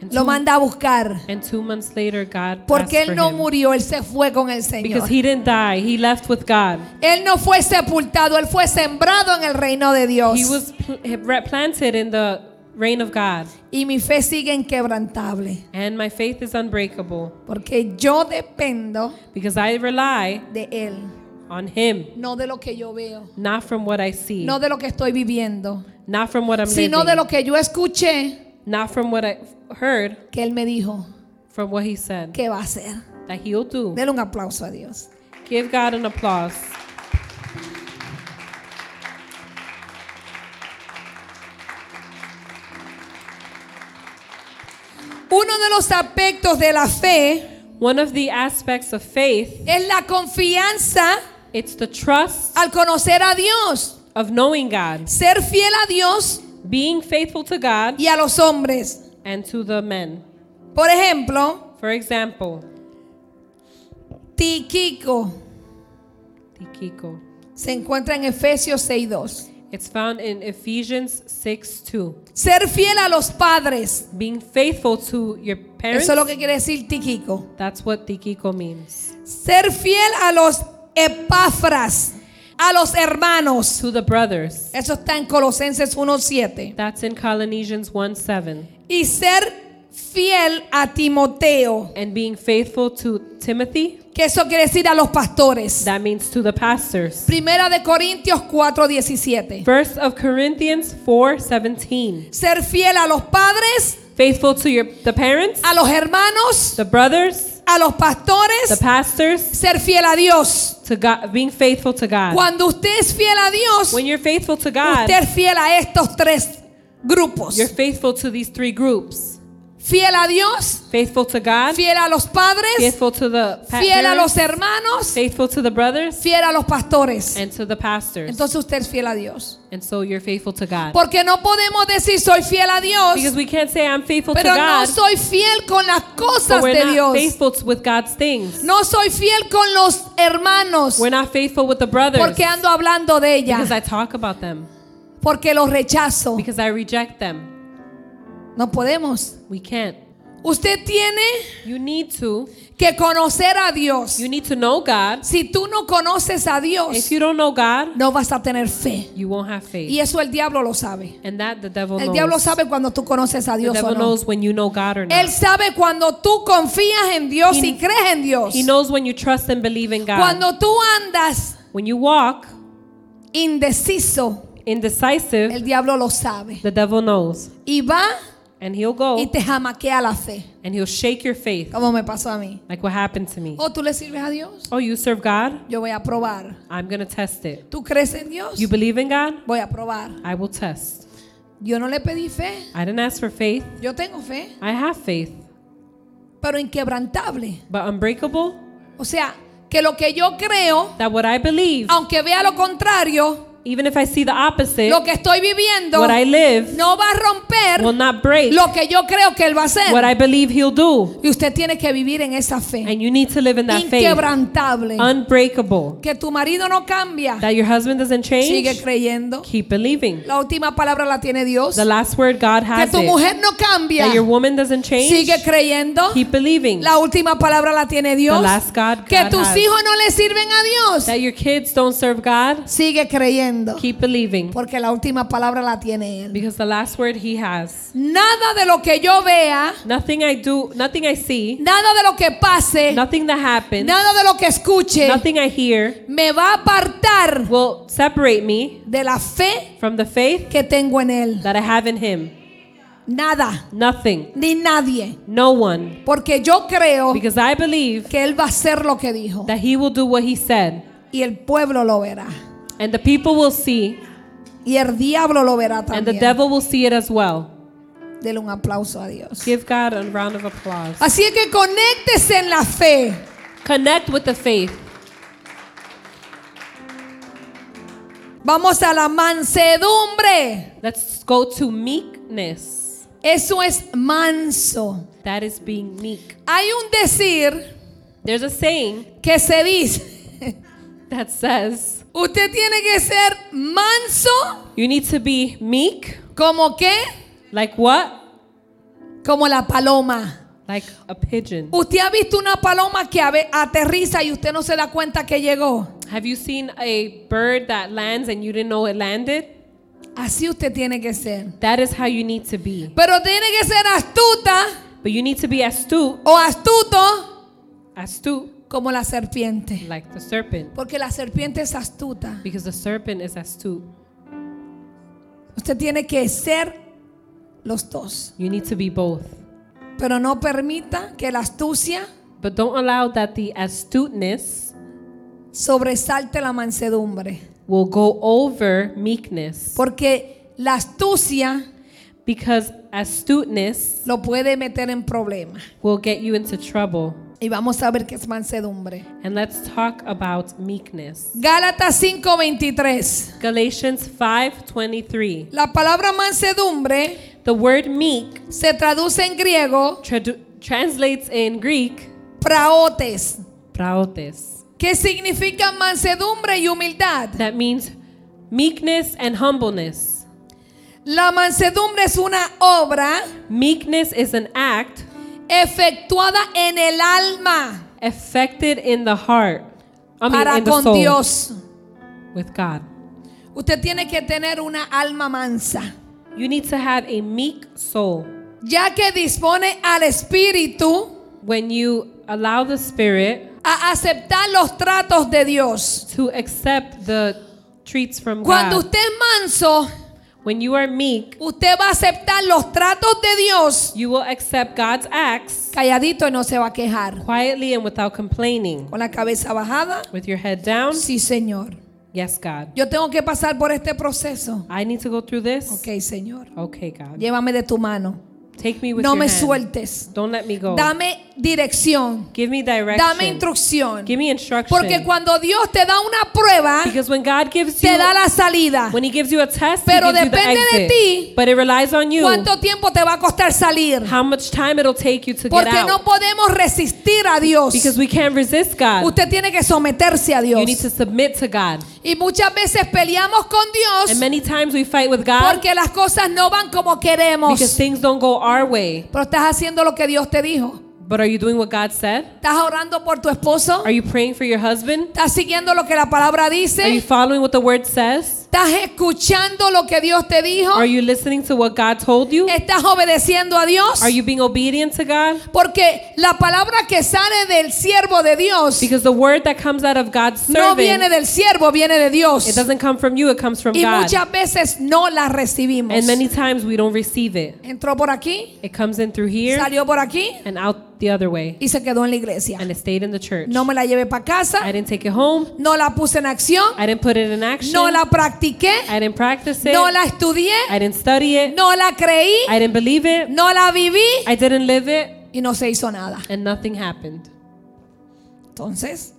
Speaker 2: And
Speaker 1: lo
Speaker 2: two,
Speaker 1: manda a buscar.
Speaker 2: and two months later, God
Speaker 1: Porque él
Speaker 2: asked for
Speaker 1: no
Speaker 2: him.
Speaker 1: murió, él se fue con el
Speaker 2: Because
Speaker 1: Señor.
Speaker 2: he didn't die. He left with God.
Speaker 1: Él no fue sepultado, él fue sembrado en el reino de Dios.
Speaker 2: He was pl- replanted in the reign of God.
Speaker 1: Y mi fe sigue inquebrantable.
Speaker 2: And my faith is unbreakable
Speaker 1: Porque yo dependo
Speaker 2: because I rely
Speaker 1: de Él,
Speaker 2: on him.
Speaker 1: no de lo que yo veo,
Speaker 2: not from what I see,
Speaker 1: no de lo que estoy viviendo,
Speaker 2: not from what I'm
Speaker 1: sino
Speaker 2: living,
Speaker 1: de lo que yo escuché
Speaker 2: not from what I heard,
Speaker 1: que Él me dijo
Speaker 2: from what he said
Speaker 1: que va a hacer.
Speaker 2: that he'll do.
Speaker 1: Dele un aplauso a Dios.
Speaker 2: Give God an applause.
Speaker 1: Uno de los aspectos de la fe
Speaker 2: One of the aspects of faith,
Speaker 1: es la confianza
Speaker 2: it's the trust
Speaker 1: al conocer a Dios,
Speaker 2: of knowing God,
Speaker 1: ser fiel a Dios
Speaker 2: being faithful to God
Speaker 1: y a los hombres.
Speaker 2: and to the men.
Speaker 1: Por ejemplo,
Speaker 2: For example,
Speaker 1: Tiquico
Speaker 2: Tikiko.
Speaker 1: se encuentra en Efesios 6:2.
Speaker 2: It's found in Ephesians 6 2.
Speaker 1: Ser fiel a los padres.
Speaker 2: Being faithful to your parents,
Speaker 1: Eso es lo que quiere decir Tiquico.
Speaker 2: that's what Tikiko means.
Speaker 1: Ser fiel a los epáfras, a los hermanos.
Speaker 2: To the brothers,
Speaker 1: Eso está en Colosenses 1:7.
Speaker 2: that's in Colonnesians 1 7.
Speaker 1: Y ser fiel a Timoteo,
Speaker 2: and being faithful to Timothy,
Speaker 1: que eso quiere decir a los pastores.
Speaker 2: that means to the pastors.
Speaker 1: Primera de Corintios 4:17.
Speaker 2: First of Corinthians 4:17,
Speaker 1: Ser fiel a los padres
Speaker 2: faithful to your the parents,
Speaker 1: a los hermanos,
Speaker 2: the brothers,
Speaker 1: a los
Speaker 2: the
Speaker 1: pastores,
Speaker 2: pastors,
Speaker 1: ser fiel a Dios.
Speaker 2: to God, being faithful to God.
Speaker 1: Cuando usted es fiel a Dios,
Speaker 2: When you're faithful to God,
Speaker 1: usted es fiel a estos tres grupos.
Speaker 2: you're faithful to these three groups.
Speaker 1: Fiel a Dios,
Speaker 2: Faithful to God,
Speaker 1: fiel a los padres,
Speaker 2: faithful to the pa-
Speaker 1: fiel a los
Speaker 2: parents,
Speaker 1: hermanos,
Speaker 2: faithful to the brothers,
Speaker 1: fiel a los pastores.
Speaker 2: and to the pastors.
Speaker 1: Entonces usted es fiel a Dios.
Speaker 2: And so you're faithful to God.
Speaker 1: Porque no podemos decir soy fiel a Dios,
Speaker 2: Because we can't say I'm faithful to
Speaker 1: pero no
Speaker 2: God,
Speaker 1: soy fiel con las
Speaker 2: but
Speaker 1: cosas
Speaker 2: we're
Speaker 1: de
Speaker 2: not
Speaker 1: Dios.
Speaker 2: faithful to- with God's things.
Speaker 1: No soy fiel con los hermanos
Speaker 2: We're not faithful with the brothers
Speaker 1: porque ando hablando de
Speaker 2: because
Speaker 1: ella,
Speaker 2: I talk about them,
Speaker 1: porque los rechazo.
Speaker 2: because I reject them.
Speaker 1: No podemos.
Speaker 2: We can't.
Speaker 1: Usted tiene
Speaker 2: You need to.
Speaker 1: que conocer a Dios.
Speaker 2: You need to know God.
Speaker 1: Si tú no conoces a
Speaker 2: If
Speaker 1: Dios,
Speaker 2: you don't know God,
Speaker 1: no vas a tener fe.
Speaker 2: you won't have faith.
Speaker 1: Y eso el diablo lo sabe.
Speaker 2: And that the devil
Speaker 1: El diablo
Speaker 2: knows.
Speaker 1: sabe cuando tú conoces a
Speaker 2: The
Speaker 1: Dios o
Speaker 2: devil
Speaker 1: no.
Speaker 2: knows when you know God or
Speaker 1: Él
Speaker 2: not.
Speaker 1: sabe cuando tú confías en Dios
Speaker 2: He-
Speaker 1: y crees en Dios.
Speaker 2: He knows when you trust and believe in God.
Speaker 1: Cuando tú andas
Speaker 2: When you walk
Speaker 1: indeciso,
Speaker 2: indecisive,
Speaker 1: el diablo lo sabe.
Speaker 2: the devil knows.
Speaker 1: Y va
Speaker 2: And he'll
Speaker 1: y
Speaker 2: go
Speaker 1: te jamaquea la fe,
Speaker 2: and he'll shake your faith,
Speaker 1: como me pasó a mí.
Speaker 2: like what happened to me.
Speaker 1: O tú le sirves a Dios,
Speaker 2: Oh, you serve God?
Speaker 1: yo voy a probar.
Speaker 2: I'm going to test it.
Speaker 1: ¿Tú crees en Dios?
Speaker 2: You believe in God?
Speaker 1: Voy a probar.
Speaker 2: I will test.
Speaker 1: Yo no le pedí fe,
Speaker 2: I didn't ask for faith.
Speaker 1: yo tengo fe,
Speaker 2: I have faith.
Speaker 1: pero inquebrantable.
Speaker 2: But unbreakable,
Speaker 1: O sea, que lo que yo creo,
Speaker 2: that what I believe,
Speaker 1: aunque vea lo contrario,
Speaker 2: even if I see the opposite,
Speaker 1: lo que estoy viviendo,
Speaker 2: what I live
Speaker 1: no va a romper
Speaker 2: will not break
Speaker 1: lo que yo creo que Él va a hacer.
Speaker 2: what I believe he'll do.
Speaker 1: Y usted tiene que vivir en esa fe.
Speaker 2: And you need to live in that faith.
Speaker 1: Inquebrantable.
Speaker 2: Unbreakable.
Speaker 1: Que tu marido no cambia.
Speaker 2: That your husband doesn't
Speaker 1: Sigue
Speaker 2: change,
Speaker 1: creyendo.
Speaker 2: keep believing.
Speaker 1: La última palabra la tiene Dios.
Speaker 2: The last word, God
Speaker 1: Que
Speaker 2: has
Speaker 1: tu
Speaker 2: it.
Speaker 1: mujer no cambia.
Speaker 2: That your woman doesn't change,
Speaker 1: Sigue creyendo.
Speaker 2: keep believing.
Speaker 1: La última palabra la tiene Dios.
Speaker 2: The last God,
Speaker 1: Que
Speaker 2: God
Speaker 1: tus
Speaker 2: has.
Speaker 1: hijos no le sirven a Dios.
Speaker 2: That your kids don't serve God,
Speaker 1: Sigue creyendo.
Speaker 2: keep believing.
Speaker 1: Porque la última palabra la tiene Él.
Speaker 2: Because the last word he has.
Speaker 1: Nada de lo que yo vea,
Speaker 2: Nothing I do, nothing I see,
Speaker 1: nada de lo que pase,
Speaker 2: nothing that happens,
Speaker 1: nada de lo que escuche,
Speaker 2: nothing I hear
Speaker 1: me va a apartar
Speaker 2: will separate me
Speaker 1: de la fe
Speaker 2: from the faith
Speaker 1: que tengo en Él.
Speaker 2: that I have in him.
Speaker 1: Nada,
Speaker 2: Nothing.
Speaker 1: ni nadie.
Speaker 2: No one.
Speaker 1: Porque yo creo
Speaker 2: Because I believe
Speaker 1: que Él va a hacer lo que dijo.
Speaker 2: that he will do what he said.
Speaker 1: Y el pueblo lo verá.
Speaker 2: And the people will see,
Speaker 1: Y el diablo lo verá
Speaker 2: and the
Speaker 1: también.
Speaker 2: devil will see it as well.
Speaker 1: Dele un aplauso a Dios.
Speaker 2: Give God a round of applause.
Speaker 1: Así es que conéctese en la fe.
Speaker 2: Connect with the faith.
Speaker 1: Vamos a la mansedumbre.
Speaker 2: Let's go to meekness.
Speaker 1: Eso es manso.
Speaker 2: That is being meek.
Speaker 1: Hay un decir
Speaker 2: There's a saying
Speaker 1: que se dice,
Speaker 2: that says,
Speaker 1: usted tiene que ser manso
Speaker 2: you need to be meek,
Speaker 1: como qué?
Speaker 2: like what?
Speaker 1: Como la paloma.
Speaker 2: Like a pigeon.
Speaker 1: Usted ha visto una paloma que a ve- aterriza y usted no se da cuenta que llegó.
Speaker 2: Have you seen a bird that lands and you didn't know it landed?
Speaker 1: Así usted tiene que ser.
Speaker 2: That is how you need to be.
Speaker 1: Pero tiene que ser astuta
Speaker 2: But you need to be astute,
Speaker 1: o astuto
Speaker 2: astute,
Speaker 1: como la serpiente.
Speaker 2: like the serpent,
Speaker 1: Porque la serpiente es astuta.
Speaker 2: because the serpent is astute.
Speaker 1: Usted tiene que ser los dos.
Speaker 2: You need to be both.
Speaker 1: Pero no permita que la astucia
Speaker 2: But don't allow that the astuteness
Speaker 1: sobresalte la mansedumbre.
Speaker 2: will go over meekness,
Speaker 1: Porque la astucia
Speaker 2: because astuteness
Speaker 1: lo puede meter en problemas.
Speaker 2: will get you into trouble.
Speaker 1: Y vamos a ver qué es mansedumbre.
Speaker 2: And let's talk about meekness.
Speaker 1: Gálatas 5:23.
Speaker 2: Galatians 5:23.
Speaker 1: La palabra mansedumbre
Speaker 2: The word meek
Speaker 1: se traduce en griego
Speaker 2: tradu- translates in Greek
Speaker 1: praotes,
Speaker 2: praotes.
Speaker 1: que significa mansedumbre y humildad.
Speaker 2: That means meekness and humbleness.
Speaker 1: La mansedumbre es una obra
Speaker 2: Meekness is an act
Speaker 1: efectuada en el alma
Speaker 2: effected in the heart, I mean,
Speaker 1: para
Speaker 2: in the
Speaker 1: con
Speaker 2: soul,
Speaker 1: Dios.
Speaker 2: with God.
Speaker 1: Usted tiene que tener una alma mansa,
Speaker 2: You need to have a meek soul.
Speaker 1: ya que dispone al espíritu
Speaker 2: When you allow the Spirit
Speaker 1: a aceptar los tratos de Dios.
Speaker 2: to accept the treats from
Speaker 1: Cuando
Speaker 2: God,
Speaker 1: usted es manso,
Speaker 2: When you are meek,
Speaker 1: Usted va a aceptar los tratos de Dios.
Speaker 2: you will accept God's acts
Speaker 1: Calladito y no se va a quejar.
Speaker 2: quietly and without complaining.
Speaker 1: Con la cabeza bajada.
Speaker 2: With your head down,
Speaker 1: Sí, Señor.
Speaker 2: yes, God.
Speaker 1: Yo tengo que pasar por este proceso.
Speaker 2: I need to go through this.
Speaker 1: Ok, Señor.
Speaker 2: Okay, God.
Speaker 1: Llévame de tu mano.
Speaker 2: Take me with
Speaker 1: No
Speaker 2: your
Speaker 1: me
Speaker 2: hand.
Speaker 1: sueltes.
Speaker 2: Don't let me go.
Speaker 1: Dame dirección.
Speaker 2: Give me
Speaker 1: Dame
Speaker 2: direction.
Speaker 1: instrucción.
Speaker 2: Give me instruction.
Speaker 1: Porque cuando Dios te da una prueba,
Speaker 2: Because when God gives you,
Speaker 1: te da la salida.
Speaker 2: when He gives you a test,
Speaker 1: Pero
Speaker 2: He gives you the
Speaker 1: depende de
Speaker 2: exit.
Speaker 1: ti.
Speaker 2: but it relies on you
Speaker 1: ¿Cuánto tiempo te va a costar salir?
Speaker 2: how much time it'll take you to get
Speaker 1: Porque
Speaker 2: out.
Speaker 1: no podemos resistir a Dios.
Speaker 2: because we can't resist God.
Speaker 1: Usted tiene que someterse a
Speaker 2: You need
Speaker 1: Dios.
Speaker 2: to submit to God.
Speaker 1: Y muchas veces peleamos con
Speaker 2: And
Speaker 1: Dios
Speaker 2: many times we fight with God
Speaker 1: porque las cosas no van como queremos.
Speaker 2: because things don't go our way.
Speaker 1: Pero estás haciendo lo que Dios te dijo.
Speaker 2: But are you doing what God said?
Speaker 1: Estás orando por tu esposo.
Speaker 2: Are you praying for your husband?
Speaker 1: Estás siguiendo lo que la palabra
Speaker 2: Are you
Speaker 1: dice.
Speaker 2: following what the word says?
Speaker 1: Estás escuchando lo que Dios te dijo.
Speaker 2: Are you listening to what God told you?
Speaker 1: Estás obedeciendo a Dios.
Speaker 2: Are you being obedient to God?
Speaker 1: Porque la palabra que sale del siervo de Dios
Speaker 2: Because the word that comes out of God's
Speaker 1: no viene
Speaker 2: servant,
Speaker 1: del siervo, viene de Dios.
Speaker 2: it doesn't come from you, it comes from
Speaker 1: Y
Speaker 2: God.
Speaker 1: muchas veces no la recibimos.
Speaker 2: And many times we don't receive it.
Speaker 1: Entró por aquí,
Speaker 2: It comes in through here
Speaker 1: salió por aquí
Speaker 2: and out the other way.
Speaker 1: y se quedó en la iglesia.
Speaker 2: And it stayed in the church.
Speaker 1: No me la llevé para
Speaker 2: I
Speaker 1: casa,
Speaker 2: didn't take it home.
Speaker 1: no la puse en acción,
Speaker 2: I didn't put it in action.
Speaker 1: no la practiqué,
Speaker 2: I didn't practice it.
Speaker 1: no la estudié,
Speaker 2: I didn't study it.
Speaker 1: no la creí,
Speaker 2: I didn't believe it.
Speaker 1: no la viví
Speaker 2: I didn't live it.
Speaker 1: y no se hizo nada.
Speaker 2: And nothing happened
Speaker 1: Entonces,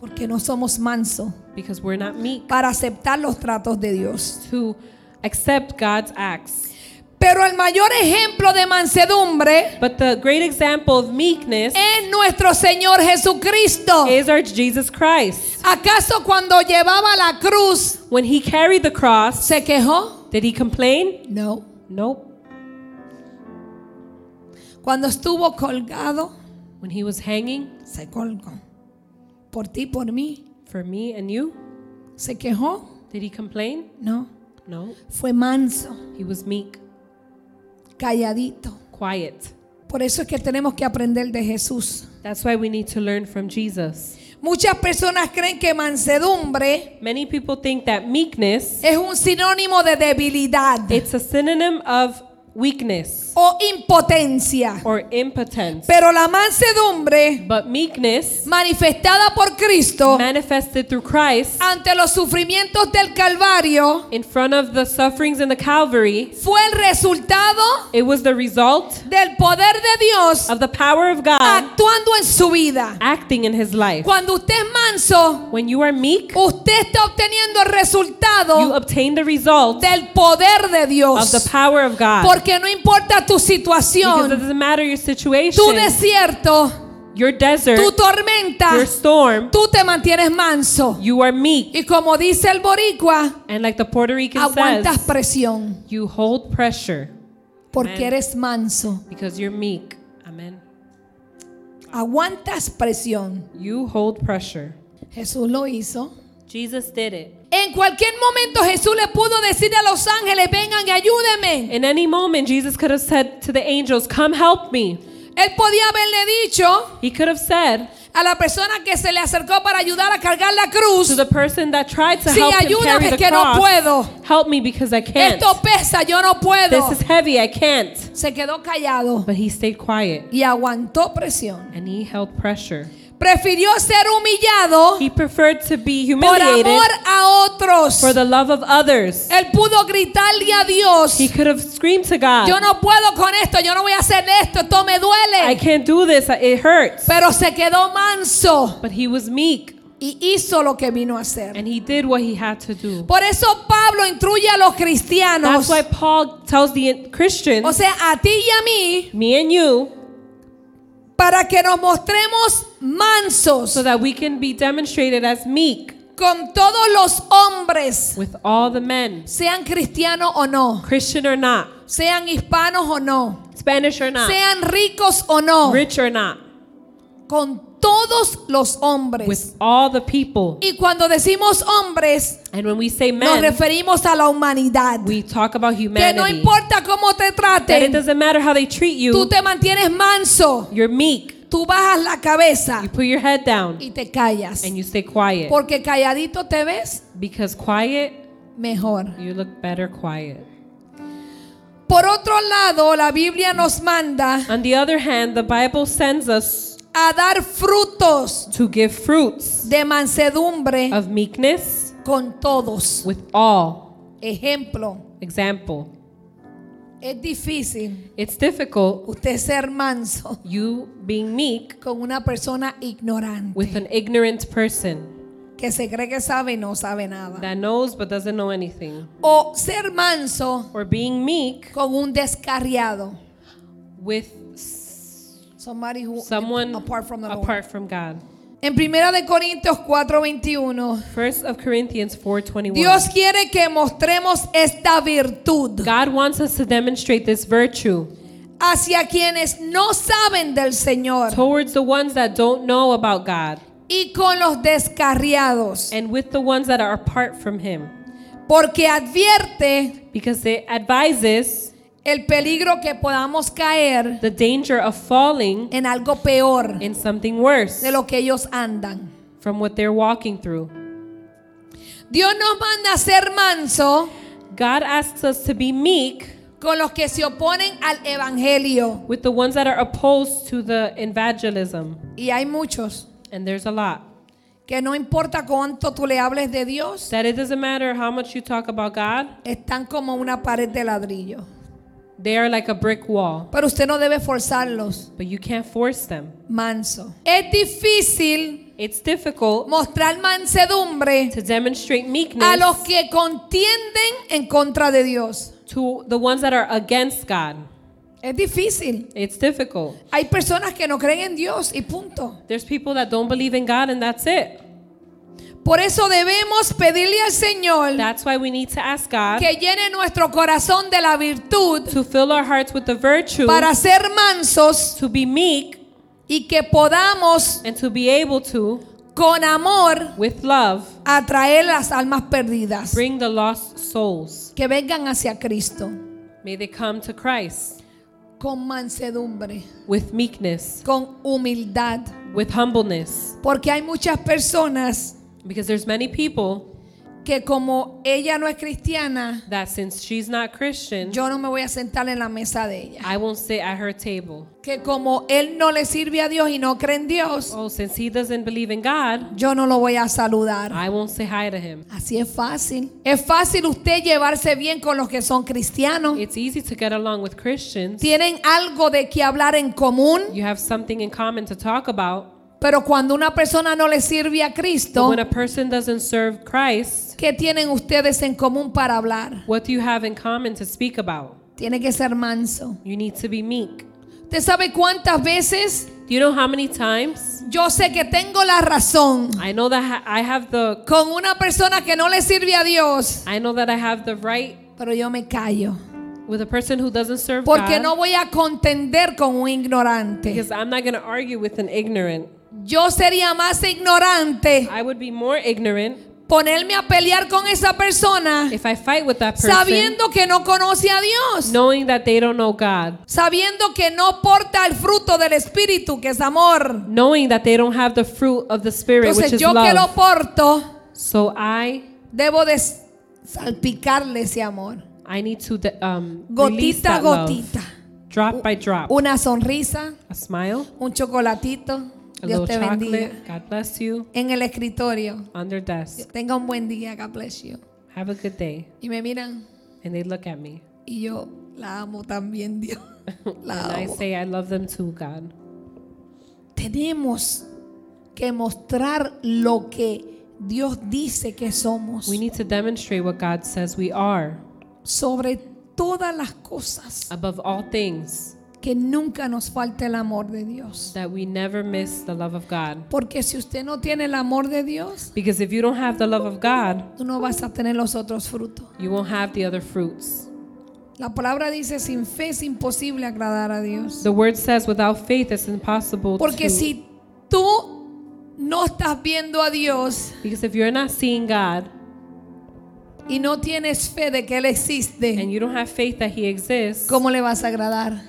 Speaker 1: porque no somos mansos
Speaker 2: because we're not meek
Speaker 1: para aceptar los tratos de Dios.
Speaker 2: to accept God's acts.
Speaker 1: Pero el mayor ejemplo de mansedumbre
Speaker 2: But the great example of meekness
Speaker 1: es nuestro Señor Jesucristo.
Speaker 2: is our Jesus Christ.
Speaker 1: ¿Acaso cuando llevaba la cruz
Speaker 2: When he carried the cross,
Speaker 1: se quejó?
Speaker 2: did he complain?
Speaker 1: No.
Speaker 2: Nope.
Speaker 1: Cuando estuvo colgado,
Speaker 2: When he was hanging
Speaker 1: se colgó. Por ti, por mí.
Speaker 2: for me and you,
Speaker 1: ¿Se quejó?
Speaker 2: did he complain?
Speaker 1: No.
Speaker 2: No.
Speaker 1: Fue manso,
Speaker 2: He was meek,
Speaker 1: calladito.
Speaker 2: quiet.
Speaker 1: Por eso es que tenemos que aprender de Jesús.
Speaker 2: That's why we need to learn from Jesus.
Speaker 1: Muchas personas creen que mansedumbre
Speaker 2: Many people think that meekness
Speaker 1: es un sinónimo de debilidad
Speaker 2: it's a synonym of weakness
Speaker 1: o impotencia.
Speaker 2: or impotence.
Speaker 1: Pero la mansedumbre
Speaker 2: But meekness
Speaker 1: manifestada por Cristo
Speaker 2: manifested through Christ
Speaker 1: ante los sufrimientos del Calvario
Speaker 2: in front of the sufferings in the Calvary,
Speaker 1: fue el resultado
Speaker 2: it was the result
Speaker 1: del poder de Dios
Speaker 2: of the power of God
Speaker 1: actuando en su vida.
Speaker 2: acting in his life.
Speaker 1: Cuando usted es manso,
Speaker 2: When you are meek,
Speaker 1: usted está obteniendo el
Speaker 2: you
Speaker 1: resultado
Speaker 2: obtain the result
Speaker 1: del poder de
Speaker 2: of the
Speaker 1: Dios.
Speaker 2: power of God.
Speaker 1: Porque no importa tu
Speaker 2: Ah. Because it
Speaker 1: situación,
Speaker 2: doesn't matter your situation,
Speaker 1: tu desierto,
Speaker 2: your
Speaker 1: tu
Speaker 2: desert,
Speaker 1: tormenta,
Speaker 2: your storm,
Speaker 1: tú te mantienes manso.
Speaker 2: you are meek.
Speaker 1: Y como dice el boricua,
Speaker 2: And like the Puerto Rican
Speaker 1: aguantas
Speaker 2: says,
Speaker 1: presión
Speaker 2: you hold pressure
Speaker 1: porque
Speaker 2: Amén.
Speaker 1: eres manso.
Speaker 2: because you're meek. Amen.
Speaker 1: Aguantas presión.
Speaker 2: You hold pressure.
Speaker 1: Jesús lo hizo.
Speaker 2: Jesus did it.
Speaker 1: En cualquier momento Jesús le pudo decir a los ángeles, vengan y ayúdenme.
Speaker 2: In any moment, Jesus could have said to the angels, Come help me.
Speaker 1: Él podía haberle dicho
Speaker 2: He could have said
Speaker 1: a la persona que se le acercó para ayudar a cargar la
Speaker 2: to
Speaker 1: cruz,
Speaker 2: the person that tried to
Speaker 1: sí,
Speaker 2: help him carry
Speaker 1: ayúdame
Speaker 2: the
Speaker 1: que no
Speaker 2: cross,
Speaker 1: puedo.
Speaker 2: Help me because I can't.
Speaker 1: Esto pesa, yo no puedo.
Speaker 2: This is heavy, I can't.
Speaker 1: Se quedó callado
Speaker 2: But he stayed quiet
Speaker 1: y aguantó presión.
Speaker 2: and he held pressure.
Speaker 1: Prefirió ser humillado
Speaker 2: He preferred to be
Speaker 1: por
Speaker 2: humiliated
Speaker 1: amor a otros.
Speaker 2: for the love of others.
Speaker 1: Él pudo gritarle a Dios,
Speaker 2: He could have screamed to God,
Speaker 1: yo no puedo con esto, yo no voy a hacer esto, esto me
Speaker 2: I
Speaker 1: duele.
Speaker 2: can't do this, it hurts.
Speaker 1: Pero se quedó manso
Speaker 2: But he was meek
Speaker 1: y hizo lo que vino a hacer.
Speaker 2: and he did what he had to do.
Speaker 1: Por eso Pablo instruye a los
Speaker 2: That's
Speaker 1: cristianos,
Speaker 2: why Paul tells the
Speaker 1: o
Speaker 2: Christians,
Speaker 1: sea, a ti y a mí,
Speaker 2: me and you,
Speaker 1: para que nos mostremos
Speaker 2: so
Speaker 1: mansos
Speaker 2: that we can be demonstrated as meek
Speaker 1: con todos los hombres,
Speaker 2: with all the men,
Speaker 1: sean cristianos o no,
Speaker 2: Christian or not,
Speaker 1: sean hispanos o no,
Speaker 2: Spanish or not,
Speaker 1: sean ricos o no,
Speaker 2: Ah. rich or not,
Speaker 1: con todos los hombres.
Speaker 2: with all the people.
Speaker 1: Y cuando decimos hombres,
Speaker 2: And when we say
Speaker 1: Nos
Speaker 2: men,
Speaker 1: referimos a la humanidad.
Speaker 2: we talk about
Speaker 1: Que no
Speaker 2: humanity.
Speaker 1: importa cómo te
Speaker 2: That it
Speaker 1: traten,
Speaker 2: doesn't matter how they treat
Speaker 1: tú
Speaker 2: you,
Speaker 1: te mantienes manso,
Speaker 2: you're meek.
Speaker 1: tú bajas la cabeza
Speaker 2: You put your head down
Speaker 1: y te callas.
Speaker 2: and you stay quiet.
Speaker 1: Porque calladito te ves
Speaker 2: Because quiet
Speaker 1: mejor.
Speaker 2: You look better quiet.
Speaker 1: Por otro lado, la Biblia nos manda
Speaker 2: On the other hand, the Bible sends us
Speaker 1: a dar frutos
Speaker 2: to give fruits
Speaker 1: de mansedumbre
Speaker 2: of meekness
Speaker 1: con todos.
Speaker 2: with all.
Speaker 1: Ejemplo,
Speaker 2: Example.
Speaker 1: es difícil
Speaker 2: It's difficult
Speaker 1: usted ser manso
Speaker 2: you being meek
Speaker 1: con una persona
Speaker 2: with
Speaker 1: ignorante
Speaker 2: an ignorant person
Speaker 1: que se cree que sabe y no sabe nada.
Speaker 2: that knows but doesn't know anything.
Speaker 1: O ser manso
Speaker 2: Or being meek
Speaker 1: con un descarriado.
Speaker 2: with s-
Speaker 1: Somebody who
Speaker 2: someone
Speaker 1: apart from the Lord.
Speaker 2: apart from God.
Speaker 1: En primera de Corintios 4:21,
Speaker 2: First of Corinthians 4:21.
Speaker 1: Dios quiere que mostremos esta virtud
Speaker 2: God wants us to demonstrate this virtue
Speaker 1: hacia quienes no saben del Señor
Speaker 2: towards the ones that don't know about God
Speaker 1: y con los descarriados,
Speaker 2: and with the ones that are apart from him
Speaker 1: porque advierte
Speaker 2: because it advises
Speaker 1: el peligro que podamos caer
Speaker 2: the danger of falling
Speaker 1: en algo peor
Speaker 2: in something worse
Speaker 1: de lo que ellos andan.
Speaker 2: from what they're walking through.
Speaker 1: Dios nos manda a ser manso
Speaker 2: God asks us to be meek
Speaker 1: con los que se oponen al evangelio
Speaker 2: with the ones that are opposed to the evangelism.
Speaker 1: y hay muchos
Speaker 2: And there's a lot.
Speaker 1: que no importa cuánto tú le hables de Dios,
Speaker 2: That it doesn't matter how much you talk about God,
Speaker 1: están como una pared de ladrillo.
Speaker 2: they are like a brick wall,
Speaker 1: Pero usted no debe forzarlos.
Speaker 2: but you can't force them.
Speaker 1: Manso. Es difícil
Speaker 2: It's difficult
Speaker 1: mostrar mansedumbre
Speaker 2: to demonstrate meekness
Speaker 1: a los que contienden en contra de Dios.
Speaker 2: to the ones that are against God.
Speaker 1: Es difícil.
Speaker 2: It's difficult.
Speaker 1: Hay personas que no creen en Dios y punto.
Speaker 2: There's people that don't believe in God, and that's it.
Speaker 1: Por eso debemos pedirle al Señor
Speaker 2: That's why we need to ask God
Speaker 1: que llene nuestro corazón de la virtud
Speaker 2: to fill our hearts with the virtue
Speaker 1: para ser mansos
Speaker 2: to be meek
Speaker 1: y que podamos
Speaker 2: and to be able to,
Speaker 1: con amor
Speaker 2: with love,
Speaker 1: atraer las almas perdidas
Speaker 2: bring the lost souls.
Speaker 1: que vengan hacia Cristo
Speaker 2: May they come to Christ
Speaker 1: con mansedumbre.
Speaker 2: with meekness,
Speaker 1: con humildad,
Speaker 2: with humbleness,
Speaker 1: porque hay muchas personas
Speaker 2: because there's many people
Speaker 1: que como ella no es cristiana,
Speaker 2: that since she's not Christian,
Speaker 1: yo no me voy a sentar en la mesa de ella.
Speaker 2: I won't sit at her table.
Speaker 1: Que como él no le sirve a Dios y no cree en Dios,
Speaker 2: Oh, since he doesn't believe in God,
Speaker 1: yo no lo voy a saludar.
Speaker 2: I won't say hi to him.
Speaker 1: Así es fácil. Es fácil usted llevarse bien con los que son cristianos.
Speaker 2: It's easy to get along with Christians.
Speaker 1: Tienen algo de qué hablar en común,
Speaker 2: You have something in common to talk about.
Speaker 1: pero cuando una persona no le sirve a
Speaker 2: But
Speaker 1: Cristo,
Speaker 2: when a person doesn't serve Christ,
Speaker 1: ¿qué tienen ustedes en común para hablar?
Speaker 2: what do you have in common to speak about?
Speaker 1: Tiene que ser manso.
Speaker 2: You need to be meek.
Speaker 1: ¿Usted sabe cuántas veces
Speaker 2: Do you know how many times
Speaker 1: Yo sé que tengo la razón
Speaker 2: I know that ha- I have the
Speaker 1: con una persona que no le sirve a Dios,
Speaker 2: I know that I have the right
Speaker 1: pero yo me callo.
Speaker 2: with a person who doesn't serve
Speaker 1: Porque
Speaker 2: God
Speaker 1: no voy a contender con un ignorante.
Speaker 2: because I'm not going to argue with an ignorant.
Speaker 1: Yo sería más ignorante
Speaker 2: I would be more ignorant
Speaker 1: ponerme a pelear con esa persona
Speaker 2: if I fight with that person
Speaker 1: sabiendo que no conoce a Dios,
Speaker 2: knowing that they don't know God,
Speaker 1: sabiendo que no porta el fruto del Espíritu, que es amor.
Speaker 2: knowing that they don't have the fruit of the spirit which
Speaker 1: Entonces
Speaker 2: is
Speaker 1: yo que lo
Speaker 2: love.
Speaker 1: porto,
Speaker 2: So I
Speaker 1: debo de salpicarle ese amor.
Speaker 2: I need to de- um
Speaker 1: Gotita
Speaker 2: release
Speaker 1: a
Speaker 2: that love,
Speaker 1: gotita.
Speaker 2: drop by drop.
Speaker 1: Una sonrisa.
Speaker 2: A smile,
Speaker 1: un chocolatito.
Speaker 2: a
Speaker 1: Dios
Speaker 2: little
Speaker 1: te
Speaker 2: chocolate.
Speaker 1: bendiga.
Speaker 2: God bless you.
Speaker 1: En el escritorio.
Speaker 2: On their desk.
Speaker 1: Tenga un buen día. God bless you.
Speaker 2: Have a good day.
Speaker 1: Y me miran
Speaker 2: And they look at me.
Speaker 1: y yo la amo también, Dios. La
Speaker 2: And I
Speaker 1: amo.
Speaker 2: say I love them too, God.
Speaker 1: Tenemos que mostrar lo que Dios dice que somos.
Speaker 2: We need to demonstrate what God says we are
Speaker 1: Sobre todas las cosas.
Speaker 2: above all things,
Speaker 1: Que nunca nos falte el amor de Dios.
Speaker 2: that we never miss the love of God.
Speaker 1: Porque si usted no tiene el amor de Dios,
Speaker 2: Because if you don't have the love of God,
Speaker 1: tú no vas a tener los otros frutos.
Speaker 2: you won't have the other fruits.
Speaker 1: La palabra dice, sin fe es imposible agradar a Dios.
Speaker 2: The word says, without faith, it's impossible
Speaker 1: Porque
Speaker 2: to.
Speaker 1: si tú no estás viendo a Dios
Speaker 2: because if you're not seeing God
Speaker 1: y no tienes fe de que Él existe,
Speaker 2: and you don't have faith that He exists,
Speaker 1: ¿cómo le vas a agradar?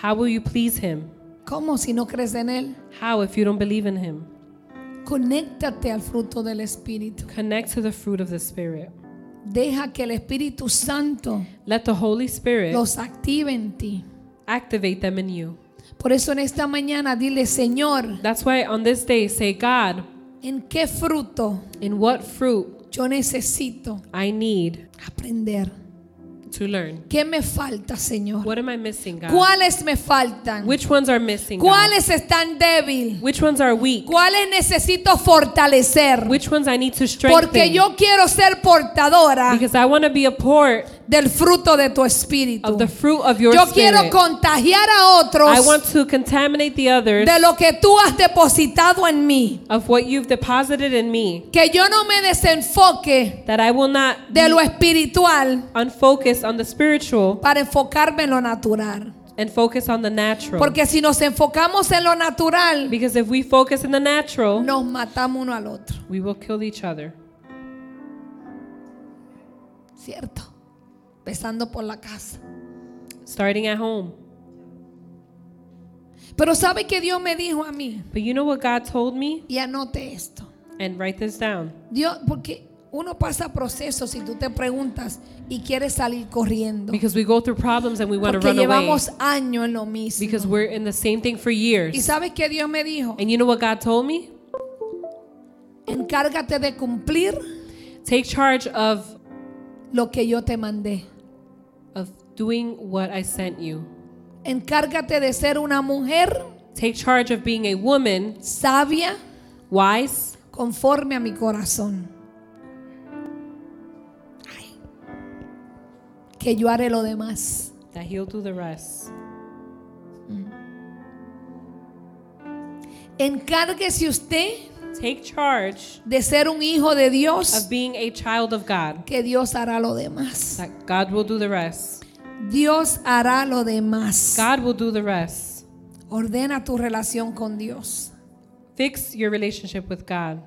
Speaker 2: how will you please Him?
Speaker 1: ¿Cómo si no crees en Él?
Speaker 2: How if you don't believe in Him?
Speaker 1: Conéctate al fruto del Espíritu.
Speaker 2: Connect to the fruit of the Spirit.
Speaker 1: Deja que el Espíritu Santo
Speaker 2: Let the Holy Spirit
Speaker 1: los active en ti.
Speaker 2: activate them in you.
Speaker 1: Por eso en esta mañana dile, Señor,
Speaker 2: That's why on this day say, God,
Speaker 1: ¿en qué fruto
Speaker 2: in what fruit
Speaker 1: yo necesito
Speaker 2: I need
Speaker 1: aprender?
Speaker 2: to learn?
Speaker 1: ¿Qué me falta, Señor?
Speaker 2: What am I missing, God?
Speaker 1: ¿Cuáles me faltan?
Speaker 2: Which ones are missing? God?
Speaker 1: ¿Cuáles están débil?
Speaker 2: Which ones are weak?
Speaker 1: ¿Cuáles necesito fortalecer?
Speaker 2: Which ones I need to strengthen?
Speaker 1: Porque yo quiero ser portadora
Speaker 2: because I want to be a port
Speaker 1: del fruto de tu
Speaker 2: of
Speaker 1: espíritu.
Speaker 2: the fruit of your
Speaker 1: Yo
Speaker 2: spirit.
Speaker 1: quiero contagiar a
Speaker 2: I
Speaker 1: otros
Speaker 2: want to contaminate the others
Speaker 1: de lo que tú has depositado en mí.
Speaker 2: of what you've deposited in me.
Speaker 1: Que yo no me desenfoque
Speaker 2: That I will not
Speaker 1: de lo espiritual
Speaker 2: unfocus on the spiritual
Speaker 1: para enfocarme en lo natural.
Speaker 2: and focus on the natural.
Speaker 1: Porque si nos enfocamos en lo natural,
Speaker 2: because if we focus in the natural,
Speaker 1: nos matamos uno al otro,
Speaker 2: we will kill each other.
Speaker 1: ¿cierto? Empezando por la casa.
Speaker 2: starting at home.
Speaker 1: Pero sabe que Dios me dijo a mí,
Speaker 2: But you know what God told me?
Speaker 1: y anote esto.
Speaker 2: And write this down.
Speaker 1: Dios, porque uno pasa procesos y tú te preguntas y quieres salir corriendo.
Speaker 2: Because we go through problems and we want to
Speaker 1: Porque
Speaker 2: run away.
Speaker 1: llevamos años en lo mismo.
Speaker 2: Because we're in the same thing for
Speaker 1: Y
Speaker 2: years.
Speaker 1: sabes que Dios me dijo,
Speaker 2: And you know what God told me?
Speaker 1: encárgate de cumplir
Speaker 2: Take charge of
Speaker 1: lo que yo te mandé.
Speaker 2: of doing what I sent you.
Speaker 1: Encárgate de ser una mujer
Speaker 2: Take charge of being a woman,
Speaker 1: sabia
Speaker 2: wise,
Speaker 1: conforme a mi corazón. Ay. que yo haré lo demás.
Speaker 2: that he'll do the rest.
Speaker 1: Encárguese usted
Speaker 2: Take charge
Speaker 1: de ser un hijo de Dios,
Speaker 2: of being a child of God.
Speaker 1: que Dios hará lo demás.
Speaker 2: That God will do the rest.
Speaker 1: Dios hará lo demás.
Speaker 2: God will do the rest.
Speaker 1: Ordena tu relación con Dios
Speaker 2: Fix your relationship with God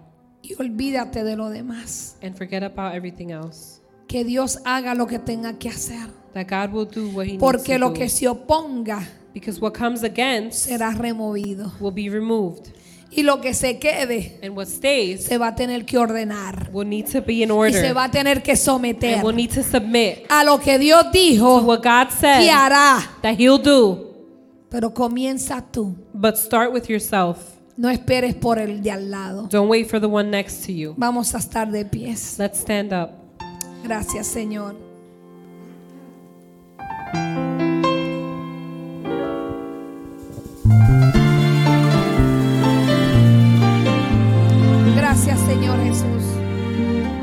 Speaker 1: y olvídate de lo demás.
Speaker 2: and forget about everything else.
Speaker 1: Que Dios haga lo que tenga que hacer.
Speaker 2: That God will do what he needs
Speaker 1: Porque
Speaker 2: to
Speaker 1: lo
Speaker 2: do.
Speaker 1: que se oponga
Speaker 2: Because what comes against
Speaker 1: será removido.
Speaker 2: will be removed,
Speaker 1: Y lo que se quede
Speaker 2: and what stays
Speaker 1: se va a tener que ordenar.
Speaker 2: will need to be in
Speaker 1: Y se
Speaker 2: order
Speaker 1: va a Oh, tener que someter
Speaker 2: and will need to submit
Speaker 1: a lo que Dios
Speaker 2: to
Speaker 1: dijo
Speaker 2: what God
Speaker 1: que
Speaker 2: said
Speaker 1: hará.
Speaker 2: that He'll do.
Speaker 1: Pero comienza tú.
Speaker 2: But start with yourself.
Speaker 1: No esperes por el de al lado.
Speaker 2: Don't wait for the one next to you.
Speaker 1: Vamos a estar de pies.
Speaker 2: Let's stand up.
Speaker 1: Gracias, Señor. Gracias, Señor Jesús.